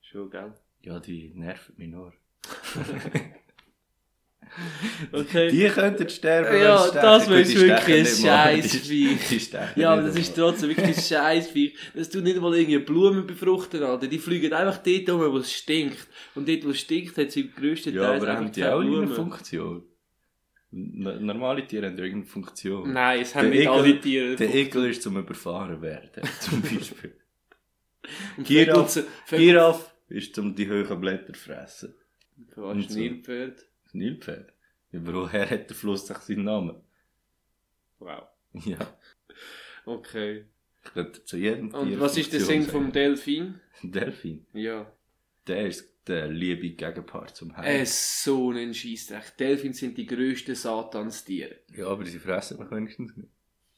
[SPEAKER 2] Schon, gell?
[SPEAKER 1] Ja, die nerven mich nur.
[SPEAKER 2] Okay.
[SPEAKER 1] Die könnten sterben,
[SPEAKER 2] Eh, Ja,
[SPEAKER 1] wenn sie
[SPEAKER 2] das
[SPEAKER 1] stechen. Gut, die
[SPEAKER 2] ist wirklich
[SPEAKER 1] stechen nicht mal.
[SPEAKER 2] ein
[SPEAKER 1] Die-
[SPEAKER 2] Scheissviech.
[SPEAKER 1] die stechen
[SPEAKER 2] Ja, aber
[SPEAKER 1] nicht
[SPEAKER 2] das ist
[SPEAKER 1] mal.
[SPEAKER 2] trotzdem wirklich scheiß Dass du nicht mal irgendwie Blumen befruchten Alter. Die fliegen einfach dort rum, wo es stinkt. Und dort, wo es stinkt, hat sie im grössten
[SPEAKER 1] Ja, aber haben
[SPEAKER 2] einfach
[SPEAKER 1] die
[SPEAKER 2] keine
[SPEAKER 1] auch irgendeine
[SPEAKER 2] Blumen.
[SPEAKER 1] Funktion? N normale Tiere haben irgendeine Funktion.
[SPEAKER 2] Nein, es
[SPEAKER 1] Der
[SPEAKER 2] haben nicht
[SPEAKER 1] Igel-
[SPEAKER 2] alle Tiere.
[SPEAKER 1] Der Ekel ist zum Überfahren werden, zum Beispiel.
[SPEAKER 2] Und
[SPEAKER 1] Giraffe-
[SPEAKER 2] Vögel- Vögel-
[SPEAKER 1] Giraffe ist zum die hohen Blätter fressen.
[SPEAKER 2] Was
[SPEAKER 1] Und so.
[SPEAKER 2] Nilpferd?
[SPEAKER 1] Das Nilpferd. Ja, Woher hat der Fluss doch seinen Namen?
[SPEAKER 2] Wow.
[SPEAKER 1] Ja,
[SPEAKER 2] Okay.
[SPEAKER 1] ich könnte zu jedem Tier
[SPEAKER 2] Und was ist der
[SPEAKER 1] Funktion
[SPEAKER 2] Sinn vom
[SPEAKER 1] sagen.
[SPEAKER 2] Delfin?
[SPEAKER 1] Delfin?
[SPEAKER 2] Ja.
[SPEAKER 1] Der ist der liebe Gegenpart zum Hai.
[SPEAKER 2] Es ist so ein Scheissdreck. Delfins sind die grössten Satanstiere.
[SPEAKER 1] Ja, aber sie fressen mich wenigstens nicht.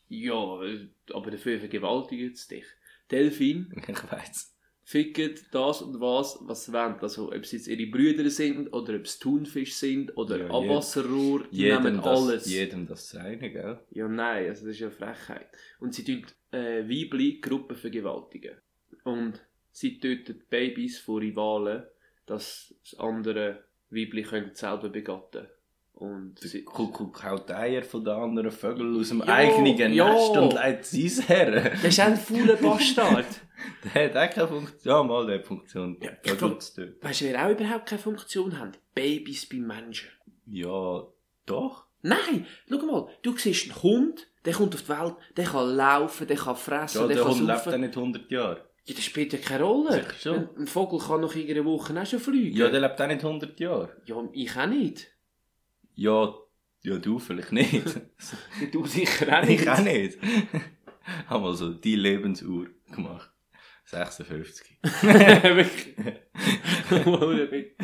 [SPEAKER 2] Ja, äh, aber dafür vergewaltigen sie dich. Delfin
[SPEAKER 1] Ich weiß.
[SPEAKER 2] ficken das und was, was sie wollen. Also, ob es jetzt ihre Brüder sind, oder ob es Thunfisch sind, oder
[SPEAKER 1] Ja,
[SPEAKER 2] Abwasserrohr, die nehmen
[SPEAKER 1] das,
[SPEAKER 2] alles.
[SPEAKER 1] jedem das seine, gell?
[SPEAKER 2] Ja, nein, also das ist ja Frechheit. Und sie tun äh, weibliche Gruppen vergewaltigen. Und sie töten Babys von Rivalen, dass das andere weibliche können selber begatten Und
[SPEAKER 1] Der
[SPEAKER 2] sie,
[SPEAKER 1] Kuckuck haut die Eier von den anderen Vögeln aus dem
[SPEAKER 2] Ja,
[SPEAKER 1] eigenen
[SPEAKER 2] ja.
[SPEAKER 1] Nest und legt sie her.
[SPEAKER 2] Das ist auch ein fauler Bastard.
[SPEAKER 1] Der hat auch keine Funktion. Ja, mal, der hat Funktion.
[SPEAKER 2] Ja,
[SPEAKER 1] Ja,
[SPEAKER 2] ich glaub-
[SPEAKER 1] tut's dort.
[SPEAKER 2] Weißt du, wer auch überhaupt keine Funktion hat? Babys bei Menschen.
[SPEAKER 1] Ja, doch.
[SPEAKER 2] Nein, schau mal, du siehst einen Hund, der kommt auf die Welt, der kann laufen, der kann fressen,
[SPEAKER 1] Ja,
[SPEAKER 2] der,
[SPEAKER 1] der
[SPEAKER 2] kann
[SPEAKER 1] Hund lebt ja
[SPEAKER 2] saufen.
[SPEAKER 1] nicht 100 Jahre.
[SPEAKER 2] Ja, das spielt ja keine Rolle.
[SPEAKER 1] Sicher schon.
[SPEAKER 2] Ein- Ein Vogel kann nach irgendeiner Woche auch schon fliegen.
[SPEAKER 1] Ja, der lebt auch nicht 100 Jahre.
[SPEAKER 2] ja ich auch nicht.
[SPEAKER 1] Ja, ja du vielleicht nicht.
[SPEAKER 2] Du sicher auch
[SPEAKER 1] ich auch nicht. Haben mal so die Lebensuhr gemacht. 56.
[SPEAKER 2] Wirklich. Ohne Witz.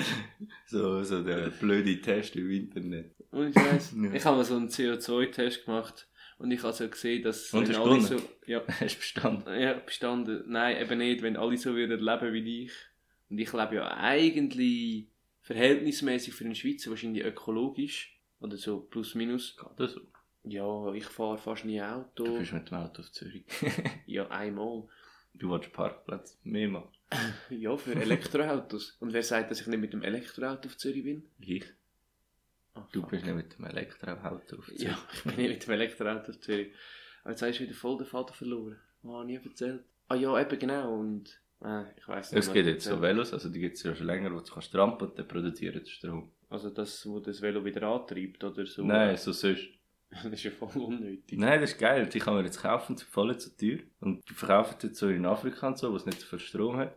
[SPEAKER 1] So, so der blöde Test im Internet.
[SPEAKER 2] Ohne Scheiß.
[SPEAKER 1] Ja.
[SPEAKER 2] Ich habe mal so einen CO2-Test gemacht und ich habe so gesehen, dass
[SPEAKER 1] Und
[SPEAKER 2] wenn
[SPEAKER 1] hast
[SPEAKER 2] alle
[SPEAKER 1] gewonnen?
[SPEAKER 2] so. Ja,
[SPEAKER 1] Hast du bestanden?
[SPEAKER 2] ja, bestanden. Nein, eben nicht, wenn alle so würden leben wie ich. Und ich lebe ja eigentlich verhältnismäßig für den Schweizer wahrscheinlich ökologisch. Oder so plus minus.
[SPEAKER 1] Gerade so.
[SPEAKER 2] Ja, ich fahre fast nie
[SPEAKER 1] Du
[SPEAKER 2] Auto.
[SPEAKER 1] bist mit dem Auto auf Zürich.
[SPEAKER 2] Ja, einmal.
[SPEAKER 1] Du willst Parkplatz mehr machen.
[SPEAKER 2] Ja, für Elektroautos. Und wer sagt, dass ich nicht mit dem Elektroauto auf Zürich bin?
[SPEAKER 1] Ich?
[SPEAKER 2] Ah,
[SPEAKER 1] Du
[SPEAKER 2] fuck.
[SPEAKER 1] bist nicht mit dem Elektroauto auf Zürich.
[SPEAKER 2] Ja, ich bin nicht mit dem Elektroauto auf Zürich. Aber jetzt hast du wieder voll den Vater verloren. Oh, nie erzählt. Ah ja, eben genau. Und äh, ich weiß nicht.
[SPEAKER 1] Es
[SPEAKER 2] was
[SPEAKER 1] gibt
[SPEAKER 2] ich
[SPEAKER 1] jetzt so
[SPEAKER 2] erzählt
[SPEAKER 1] Velos, also die gibt es ja schon länger, wo du kannst trampen und dann produzieren sie Strom.
[SPEAKER 2] habe. Also das, wo das Velo wieder antreibt oder so.
[SPEAKER 1] Nein, so sonst.
[SPEAKER 2] Das ist ja voll unnötig.
[SPEAKER 1] Nein, das ist geil. Die kann man jetzt kaufen, sie sind voll zu teuer. Und die verkaufen sie jetzt so in Afrika und so, wo es nicht so viel Strom hat.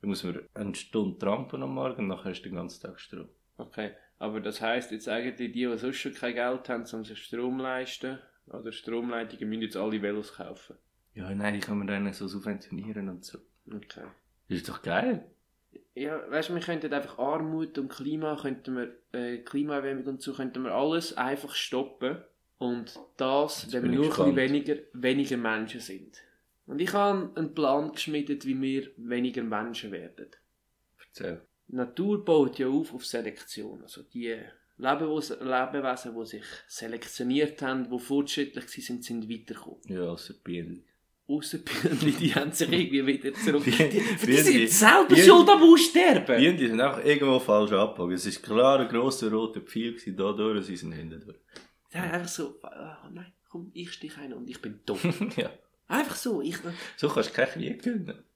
[SPEAKER 1] Da muss man eine Stunde trampen am Morgen und nachher hast du den ganzen Tag Strom.
[SPEAKER 2] Okay. Aber das heisst jetzt eigentlich, die, die sonst schon kein Geld haben, um sich Strom leisten oder Stromleitungen, müssen jetzt alle Velos kaufen.
[SPEAKER 1] Ja, nein, die kann man dann so subventionieren und so.
[SPEAKER 2] Okay.
[SPEAKER 1] Das ist doch geil.
[SPEAKER 2] Ja, weißt du, wir könnten einfach Armut und Klima, könnten wir, äh, Klimaerwärmung und so, könnten wir alles einfach stoppen. Und das,
[SPEAKER 1] Jetzt
[SPEAKER 2] wenn wir
[SPEAKER 1] bin ich
[SPEAKER 2] nur ein bisschen
[SPEAKER 1] gespannt.
[SPEAKER 2] weniger, weniger Menschen sind. Und ich habe einen Plan geschmiedet, wie wir weniger Menschen werden.
[SPEAKER 1] Erzähl.
[SPEAKER 2] Die Natur baut ja auf auf Selektion. Also die Lebewesen, Lebewesen die sich selektioniert haben, die fortschrittlich waren, sind weitergekommen.
[SPEAKER 1] Ja, außer Bienen.
[SPEAKER 2] Außer Bienen, die haben sich irgendwie wieder zurück. Die, die, die
[SPEAKER 1] Bienen-
[SPEAKER 2] sind selber
[SPEAKER 1] Bienen-
[SPEAKER 2] schuld am Aussterben.
[SPEAKER 1] Bienen die sind einfach irgendwo falsch abgebogen. Es war klar ein grosser roter Pfeil gewesen, da durch und sie sind hinten durch.
[SPEAKER 2] Ja, einfach so, ah, nein, komm, ich stich ein und ich bin dumm.
[SPEAKER 1] ja.
[SPEAKER 2] einfach so, ich.
[SPEAKER 1] So kannst du keinen Krieg gewinnen.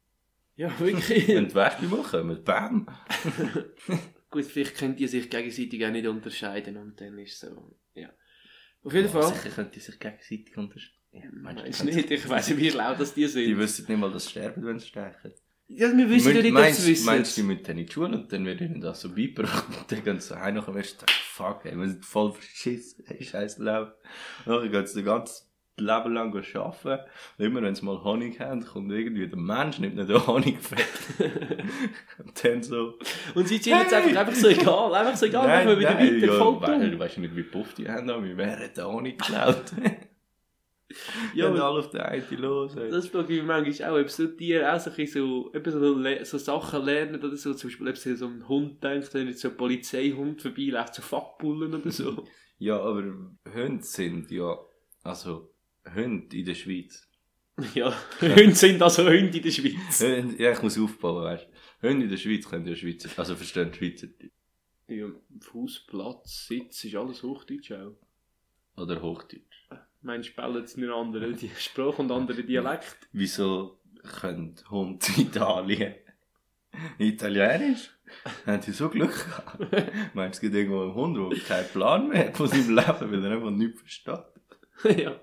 [SPEAKER 2] Ja,
[SPEAKER 1] Wenn
[SPEAKER 2] wirklich.
[SPEAKER 1] die Wespen machen, bam.
[SPEAKER 2] Gut, vielleicht könnt ihr sich gegenseitig auch nicht unterscheiden und dann ist so, ja. Auf jeden
[SPEAKER 1] Ja,
[SPEAKER 2] Fall.
[SPEAKER 1] Sicher könnte die sich gegenseitig unterstützen. Ja,
[SPEAKER 2] Meinst du nicht? Ich weiss nicht, wie laut das die
[SPEAKER 1] Die
[SPEAKER 2] sind.
[SPEAKER 1] wissen nicht mal, dass sie sterben, wenn sie stechen.
[SPEAKER 2] Ja, wir wissen ja
[SPEAKER 1] Meinst-
[SPEAKER 2] nicht, dass
[SPEAKER 1] meinst,
[SPEAKER 2] sie wissen.
[SPEAKER 1] meinst du, die müssen dann in die Schule und dann wird ihnen das so beigebracht und dann gehen sie heim und dann sagen, fuck, ey, wir sind voll verschissen, ey, scheiß Leben. Und dann gehen sie das ganze Leben lang arbeiten und immer wenn sie mal Honig haben, kommt irgendwie der Mensch, nimmt ihnen den Honig weg. und dann so,
[SPEAKER 2] Und sie chillen jetzt
[SPEAKER 1] Hey!
[SPEAKER 2] einfach, einfach so egal, einfach so egal, machen wir wieder weiter, voll
[SPEAKER 1] weil,
[SPEAKER 2] dumm.
[SPEAKER 1] du weißt nicht, wie puff die haben, aber wir wären den Honig geklaut.
[SPEAKER 2] Ja,
[SPEAKER 1] ja, und
[SPEAKER 2] aber-
[SPEAKER 1] alle auf der einen los. ey.
[SPEAKER 2] Das frage ich mich manchmal auch, ob so Tiere auch so, ein bisschen so, etwa so, le- so Sachen lernen oder so. Zum Beispiel, ob sie so einen Hund denkt, wenn jetzt so ein Polizeihund vorbeiläuft, so Fuckbullen oder so.
[SPEAKER 1] Ja, aber Hunde sind ja, also Hunde in der Schweiz.
[SPEAKER 2] Ja, Hunde sind also Hunde in der Schweiz.
[SPEAKER 1] Hunde, ja, ich muss aufbauen, weißt du. Hunde in der Schweiz können ja Schweizer, also verstehen Schweizer.
[SPEAKER 2] Ja, Fußplatz, Sitz, ist alles Hochdeutsch auch.
[SPEAKER 1] Oder Hochdeutsch.
[SPEAKER 2] Meinst du, bellen jetzt nicht andere die Sprache und andere Dialekte?
[SPEAKER 1] Wieso können Hunde in Italien Italienisch? Haben sie so Glück gehabt? Meinst du, es gibt irgendwo einen Hund, der keinen Plan mehr hat von seinem Leben, weil er einfach nichts versteht?
[SPEAKER 2] ja,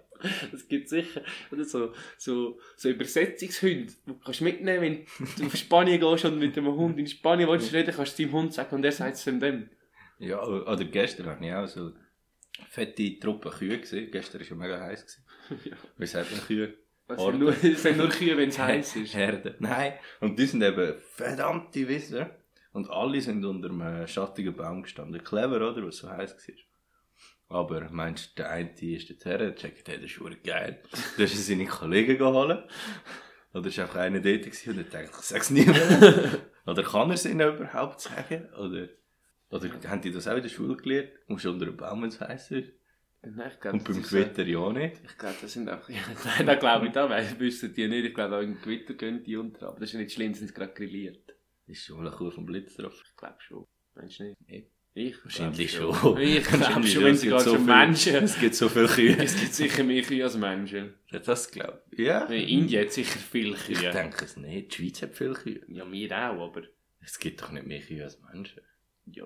[SPEAKER 2] das gibt sicher. Oder so, so, so Übersetzungshunde, die du kannst mitnehmen wenn du auf Spanien gehst und mit einem Hund in Spanien willst reden, kannst du deinem Hund sagen und er sagt es dann dem.
[SPEAKER 1] Ja, oder gestern habe ich auch so fette Truppe Kühe gesehen. Gestern war ja mega heiß. gewesen.
[SPEAKER 2] Ja.
[SPEAKER 1] Wie sagt man Kühe?
[SPEAKER 2] Es sind nur, es sind nur Kühe, wenn es heiß ist.
[SPEAKER 1] Herde. Nein, und die sind eben verdammte Wissen. Und alle sind unter einem äh, schattigen Baum gestanden. Clever, oder? Was so heiß war. Aber meinst du, der eine ist dort her, der checkt, hey, das ist verdammt geil. Da ist er seine Kollegen geholt. Oder ist einfach einer dort gewesen und hat gedacht, ich sag's niemandem. oder kann er es ihnen überhaupt sagen? Oder, oder haben die das auch in der Schule gelernt? Musst du unter einem Baum, wenn es heiß ist?
[SPEAKER 2] Nein, ich glaube,
[SPEAKER 1] Und beim
[SPEAKER 2] das ist, äh,
[SPEAKER 1] Gewitter ja auch nicht.
[SPEAKER 2] Ich glaube, das sind einfach. Nein, das glaube ich da, weil das wissen die nicht. Ich glaube, auch im Gewitter gehen die unter. Aber das ist ja nicht schlimm, sind sie gerade grilliert.
[SPEAKER 1] Ist schon mal cool vom Blitz drauf.
[SPEAKER 2] Ich glaube schon. Meinst du
[SPEAKER 1] Nee.
[SPEAKER 2] nicht? Ich
[SPEAKER 1] Wahrscheinlich
[SPEAKER 2] glaub
[SPEAKER 1] schon.
[SPEAKER 2] Ich glaube
[SPEAKER 1] Wahrscheinlich
[SPEAKER 2] schon,
[SPEAKER 1] schon.
[SPEAKER 2] wenn
[SPEAKER 1] Es
[SPEAKER 2] sie
[SPEAKER 1] gibt
[SPEAKER 2] gerade
[SPEAKER 1] so
[SPEAKER 2] schon
[SPEAKER 1] viel-
[SPEAKER 2] Menschen.
[SPEAKER 1] Es gibt so viele Kühe.
[SPEAKER 2] Es gibt sicher mehr Kühe als Menschen.
[SPEAKER 1] Das glaube ich. Ja.
[SPEAKER 2] In Indien hat es Äh, sicher viele
[SPEAKER 1] Ich
[SPEAKER 2] Kühe.
[SPEAKER 1] denke es nicht. Die Schweiz hat viele Kühe.
[SPEAKER 2] Ja, wir auch, aber.
[SPEAKER 1] Es gibt doch nicht mehr Kühe als Menschen.
[SPEAKER 2] Ja,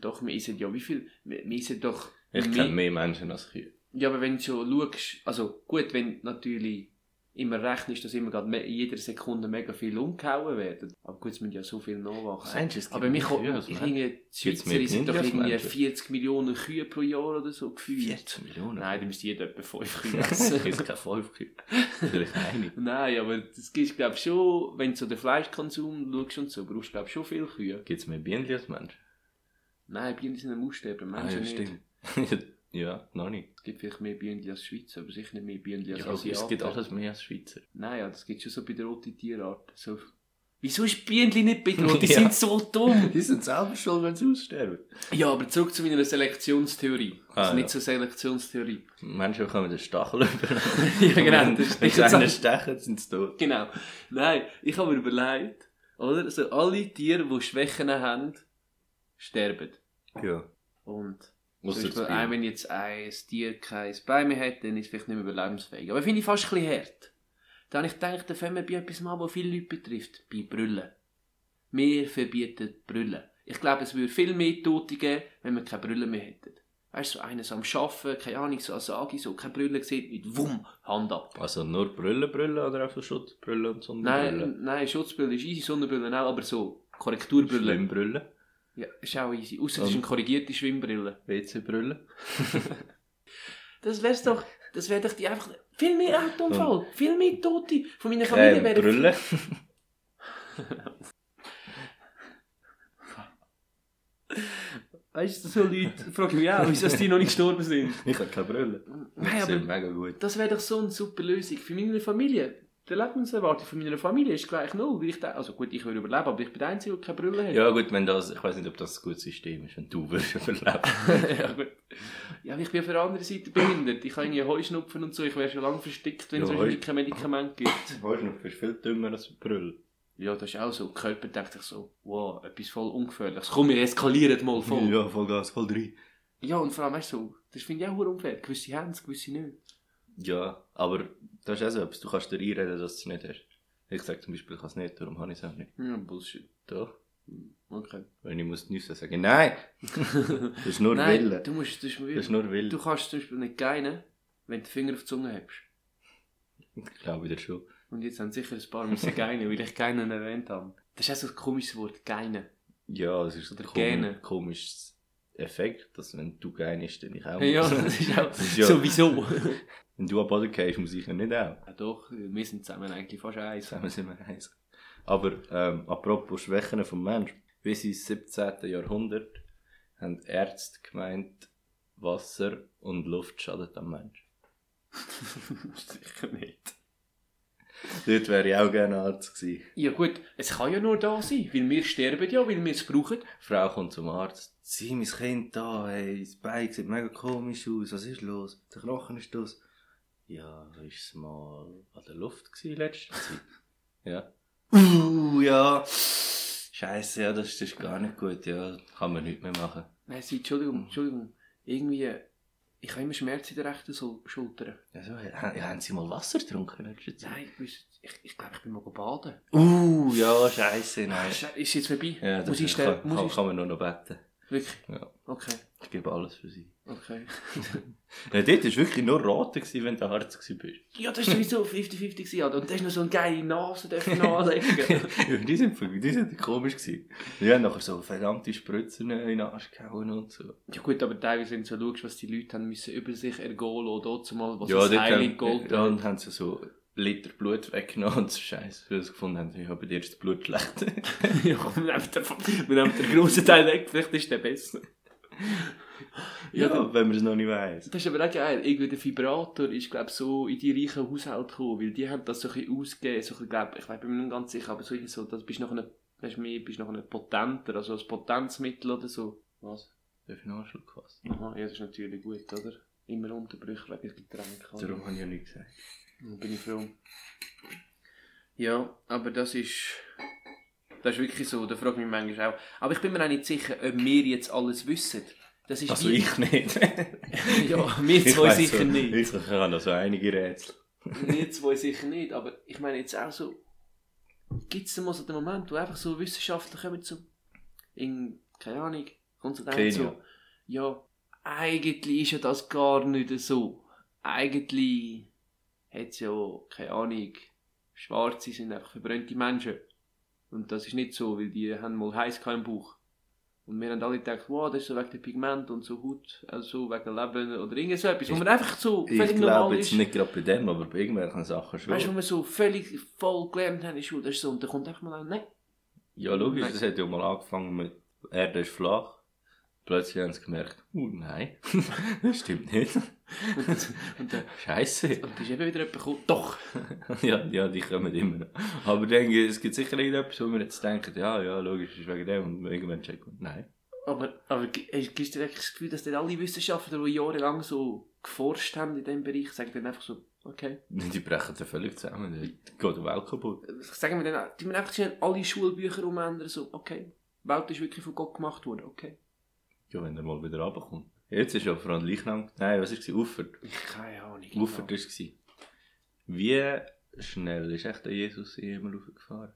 [SPEAKER 2] doch, wir essen ja wie viel? Wir wir essen doch.
[SPEAKER 1] Ich
[SPEAKER 2] wir-
[SPEAKER 1] kenne mehr Menschen als Kühe.
[SPEAKER 2] Ja, aber wenn du schon schaust, also gut, wenn du natürlich immer rechnest, dass immer gerade me- in jeder Sekunde mega viel umgehauen werden. Aber gut, es müssen ja so viel nachwachsen.
[SPEAKER 1] Meinst du, es gibt
[SPEAKER 2] aber
[SPEAKER 1] mehr
[SPEAKER 2] mich
[SPEAKER 1] Kühe als
[SPEAKER 2] ich finde, die
[SPEAKER 1] Gibt's mehr
[SPEAKER 2] Schweizer sind doch
[SPEAKER 1] Kinder als
[SPEAKER 2] irgendwie
[SPEAKER 1] Menschen?
[SPEAKER 2] 40 Millionen Kühe pro Jahr oder so gefühlt.
[SPEAKER 1] 40 Millionen?
[SPEAKER 2] Nein, dann müsste jeder etwa 5 Kühe
[SPEAKER 1] Es
[SPEAKER 2] essen.
[SPEAKER 1] gibt keine 5 Kühe. Vielleicht eine.
[SPEAKER 2] Nein, aber das gibt, glaube ich, schon, wenn du so den Fleischkonsum schaust und so, brauchst du, glaube ich, schon viele Kühe.
[SPEAKER 1] Gibt es mehr Bienen als Menschen?
[SPEAKER 2] Nein, Bienen sind am Aussterben,
[SPEAKER 1] Ah,
[SPEAKER 2] Menschen
[SPEAKER 1] ja,
[SPEAKER 2] nicht.
[SPEAKER 1] stimmt. ja, noch nicht.
[SPEAKER 2] Es gibt vielleicht mehr Bienen als Schweizer, aber sicher nicht mehr Bienen
[SPEAKER 1] Ja,
[SPEAKER 2] als
[SPEAKER 1] aber es
[SPEAKER 2] Asiaten.
[SPEAKER 1] gibt alles mehr als Schweizer.
[SPEAKER 2] Nein, ja, das gibt schon so bei der roten Tierart. So. Wieso ist Bienen nicht bedroht? Die
[SPEAKER 1] Ja.
[SPEAKER 2] sind so dumm.
[SPEAKER 1] Die sind selber schuld, wenn sie aussterben.
[SPEAKER 2] Ja, aber zurück zu meiner Selektionstheorie. Also
[SPEAKER 1] Ah, ja.
[SPEAKER 2] nicht zur Selektionstheorie.
[SPEAKER 1] Menschen bekommen den Stachel über.
[SPEAKER 2] ja, genau. Das
[SPEAKER 1] Wenn
[SPEAKER 2] ist
[SPEAKER 1] sie einen
[SPEAKER 2] jetzt
[SPEAKER 1] stechen, sind sie tot.
[SPEAKER 2] genau. Nein, ich habe mir überlegt, oder? Also alle Tiere, die Schwächen haben, sterben.
[SPEAKER 1] Ja.
[SPEAKER 2] Und
[SPEAKER 1] Ausser
[SPEAKER 2] zum
[SPEAKER 1] das
[SPEAKER 2] Beispiel,
[SPEAKER 1] Bier.
[SPEAKER 2] auch wenn jetzt ein Tier kein Bein mehr hat, dann ist es vielleicht nicht mehr überlebensfähig. Aber finde ich fast ein bisschen hart. Da habe ich gedacht, da fangen wir bei etwas an, was viele Leute betrifft. Bei Brüllen. Wir verbieten Brüllen. Ich glaube, es würde viel mehr Tote geben, wenn wir keine Brüllen mehr hätten. Weißt du, so eines am Schaffen, keine Ahnung, so als Sagi, so keine Brüllen sieht, nicht wumm, Hand ab.
[SPEAKER 1] Also nur Brüllen, Brüllen oder einfach Schutzbrüllen und Sonnenbrüllen?
[SPEAKER 2] Nein, nein, Schutzbrille ist easy, Nou, Sonnenbrille auch, aber so Korrekturbrille.
[SPEAKER 1] Schwimmbrüllen,
[SPEAKER 2] Ja, ist auch easy. Außer es ist eine korrigierte Schwimmbrille.
[SPEAKER 1] WC-Brüllen.
[SPEAKER 2] Das wär's doch, das wäre doch die einfach viel mehr Autounfall, viel mehr Tote von meiner Familie
[SPEAKER 1] Äh,
[SPEAKER 2] wären.
[SPEAKER 1] Brüllen.
[SPEAKER 2] Weißt du, so Leute, frage mich auch, wieso die noch nicht gestorben sind.
[SPEAKER 1] Ich habe keine Brille.
[SPEAKER 2] Nein,
[SPEAKER 1] Das ist
[SPEAKER 2] aber
[SPEAKER 1] mega gut.
[SPEAKER 2] das wäre doch so eine super Lösung für meine Familie. Die Lebenserwartung von meiner Familie ist gleich null, weil ich da, also gut, ich würde überleben, aber ich bin der Einzige, der keine Brille hat.
[SPEAKER 1] Ja gut, wenn das, ich weiß nicht, ob das ein gutes System ist, wenn du wirst überleben.
[SPEAKER 2] ja, gut. Ja, aber ich bin auf der anderen Seite behindert. Ich habe irgendwie Heuschnupfen und so, ich wäre schon lange verstickt, wenn es
[SPEAKER 1] Ja,
[SPEAKER 2] wahrscheinlich kein Medikament gibt.
[SPEAKER 1] Weißt du, du bist viel dümmer als ein Brüll.
[SPEAKER 2] Ja, das ist auch so. Der Körper denkt sich so, wow, etwas voll ungefährliches. Komm, wir eskalieren mal voll.
[SPEAKER 1] Ja, voll Gas, voll rein.
[SPEAKER 2] Ja, und vor allem, weißt du, so, das finde ich auch hure unfair. Gewisse haben es, gewisse nicht.
[SPEAKER 1] Ja, aber das ist auch so etwas, du kannst dir einreden, dass du es nicht hast. Ich sage zum Beispiel, ich kann es nicht, darum habe ich es auch nicht.
[SPEAKER 2] Ja, Bullshit.
[SPEAKER 1] Doch.
[SPEAKER 2] Okay.
[SPEAKER 1] Wenn ich muss nüssen, sage ich, nein, das ist nur
[SPEAKER 2] Nein,
[SPEAKER 1] Wille.
[SPEAKER 2] du musst, du, musst,
[SPEAKER 1] Das ist nur Wille.
[SPEAKER 2] du kannst zum Beispiel nicht gehen, wenn du den Finger auf die Zunge hast.
[SPEAKER 1] Ich glaube dir schon.
[SPEAKER 2] Und jetzt haben sicher ein paar müssen geinen, weil ich keinen erwähnt habe. Das ist auch so ein komisches Wort, geinen.
[SPEAKER 1] Ja, es ist
[SPEAKER 2] Oder
[SPEAKER 1] ein
[SPEAKER 2] Gene.
[SPEAKER 1] komi komisches Effekt, dass wenn du geil ist, dann ich auch.
[SPEAKER 2] Ja,
[SPEAKER 1] muss.
[SPEAKER 2] das ist auch
[SPEAKER 1] Das ist ja-
[SPEAKER 2] sowieso.
[SPEAKER 1] Wenn du am Boden gehst, muss ich ja nicht auch.
[SPEAKER 2] ja, doch, wir sind zusammen eigentlich fast eins.
[SPEAKER 1] Zusammen sind wir eins. Aber ähm, apropos Schwächen vom Menschen. Bis ins 17. Jahrhundert haben Ärzte gemeint, Wasser und Luft schadet am Menschen.
[SPEAKER 2] sicher nicht.
[SPEAKER 1] Dort wäre ich auch gerne Arzt gewesen.
[SPEAKER 2] Ja gut, es kann ja nur da sein, weil wir sterben ja, weil wir es brauchen.
[SPEAKER 1] Die Frau kommt zum Arzt. Sieh, mein Kind da, hey, das Bein sieht mega komisch aus. Was ist los? Der Knochen ist los. Ja, ist es mal an der Luft gewesen letzte Zeit? ja. Uh, ja. Ist Scheiße, ja, das, das ist gar nicht gut, ja, kann man nichts mehr machen.
[SPEAKER 2] Nein, sie, Entschuldigung, Entschuldigung. Irgendwie, ich habe immer Schmerzen in der rechten Schul- Schulter.
[SPEAKER 1] Also, ha- ja, haben Sie mal Wasser getrunken? letzte Zeit?
[SPEAKER 2] Nein, ich, wüsste- ich, ich glaube, ich bin mal baden.
[SPEAKER 1] Uh, ja, scheiße,
[SPEAKER 2] Ah,
[SPEAKER 1] nein.
[SPEAKER 2] Ist, ist jetzt vorbei?
[SPEAKER 1] Ja, das
[SPEAKER 2] muss ich
[SPEAKER 1] kann,
[SPEAKER 2] stellen?
[SPEAKER 1] kann,
[SPEAKER 2] Muss ich
[SPEAKER 1] kann man nur noch beten.
[SPEAKER 2] Wirklich?
[SPEAKER 1] Ja.
[SPEAKER 2] Okay,
[SPEAKER 1] Ich gebe alles für sie.
[SPEAKER 2] okay.
[SPEAKER 1] Ja, dort war wirklich nur Rote, gewesen, wenn du Harz warst.
[SPEAKER 2] Ja, das war sowieso 50-50 gewesen, Alter. Und da ist noch so eine geile Nase, die ich noch anlegen
[SPEAKER 1] Ja, die sind, die sind komisch gewesen. Die haben nachher so verdammte Spritzen in den Arsch gehauen und so.
[SPEAKER 2] Ja gut, aber teilweise, wenn du so schaust, was die Leute haben müssen über sich ergehen lassen, dort zumal, was
[SPEAKER 1] ja,
[SPEAKER 2] das
[SPEAKER 1] dort
[SPEAKER 2] Highlight
[SPEAKER 1] haben,
[SPEAKER 2] Gold
[SPEAKER 1] ja, und haben sie so Liter Blut weggenommen und so Scheiße, weil sie gefunden haben, ich habe dir das Blut schlecht.
[SPEAKER 2] Ja, komm, wir nehmen den, wir nehmen den grossen Teil weg, vielleicht ist der besser. Ja,
[SPEAKER 1] ja,
[SPEAKER 2] dann-
[SPEAKER 1] wenn man es noch nicht weiß.
[SPEAKER 2] Das ist aber auch geil. Irgendwie der Vibrator ist, glaube ich, so in die reichen Haushalte gekommen, weil die haben das so ein bisschen ausgegeben, so ein bisschen, glaub, ich weiß, bin mir nicht ganz sicher, aber so, irgendwie so das bist noch ein, weißt du, mehr, bist noch ein potenter, also ein Potenzmittel oder so. Was?
[SPEAKER 1] Darf ich noch einen Schluck Wasser?
[SPEAKER 2] Aha, ja, das ist natürlich gut, oder? Immer Unterbrüche wegen Getränken.
[SPEAKER 1] Darum habe ich ja nichts gesagt.
[SPEAKER 2] Da bin ich froh. Ja, aber das ist. Das ist wirklich so, da frage ich mich manchmal auch. Aber ich bin mir auch nicht sicher, ob wir jetzt alles wissen. Das ist
[SPEAKER 1] Also
[SPEAKER 2] wie-
[SPEAKER 1] ich nicht.
[SPEAKER 2] Ja, wir
[SPEAKER 1] Ich
[SPEAKER 2] zwei
[SPEAKER 1] weiss
[SPEAKER 2] sicher
[SPEAKER 1] so,
[SPEAKER 2] nicht.
[SPEAKER 1] Ich kann noch so einige Rätsel.
[SPEAKER 2] Wir zwei sicher nicht, aber ich meine jetzt auch so, gibt es denn mal so den Moment, wo einfach so Wissenschaftler kommen zu, in, keine Ahnung, kommt zu dem
[SPEAKER 1] Kenia.
[SPEAKER 2] so, ja, eigentlich ist ja das gar nicht so. Eigentlich hat es ja, keine Ahnung, Schwarze sind einfach verbrannte Menschen. Und das ist nicht so, weil die haben mal heiß im Bauch. Und wir haben alle gedacht, wow, das ist so wegen dem Pigment und so Haut, also wegen Leben oder irgend so etwas, wo
[SPEAKER 1] Ich-
[SPEAKER 2] man einfach so
[SPEAKER 1] Ich glaube jetzt nicht gerade bei dem, aber bei irgendwelchen Sachen schon.
[SPEAKER 2] Weißt du, wo wir so völlig voll gelernt haben in der Schule, das ist so, und dann kommt einfach mal ein, nein.
[SPEAKER 1] Ja, logisch,
[SPEAKER 2] Nein.
[SPEAKER 1] das hat ja mal angefangen mit Erde ist flach. Plötzlich haben sie gemerkt, oh nein, das stimmt nicht.
[SPEAKER 2] Und, das- und, dann,
[SPEAKER 1] Scheiße.
[SPEAKER 2] und dann ist eben wieder jemand gekommen, doch,
[SPEAKER 1] ja, ja, die kommen immer noch. Aber ich denke, es gibt sicher irgendetwas, wo wir jetzt denken, ja, ja, logisch, ist wegen dem. Und irgendwann checken wir, nein.
[SPEAKER 2] aber, aber g- hast- gibst du dir wirklich das Gefühl, dass dann alle Wissenschaftler, die jahrelang so geforscht haben in diesem Bereich, sagen dann einfach so, okay.
[SPEAKER 1] Die brechen dann völlig zusammen, dann geht die Welt kaputt.
[SPEAKER 2] Sagen wir dann, die müssen einfach schnell alle Schulbücher umändern, so, okay, die Welt ist wirklich von Gott gemacht worden, okay.
[SPEAKER 1] Ja, wenn er mal wieder runterkommt. Jetzt ist ja vor allem Leichnam, nein, was war Uffert.
[SPEAKER 2] Keine Ahnung. genau.
[SPEAKER 1] Uffert war es. Wie schnell ist echt der Jesus in den Himmel hochgefahren?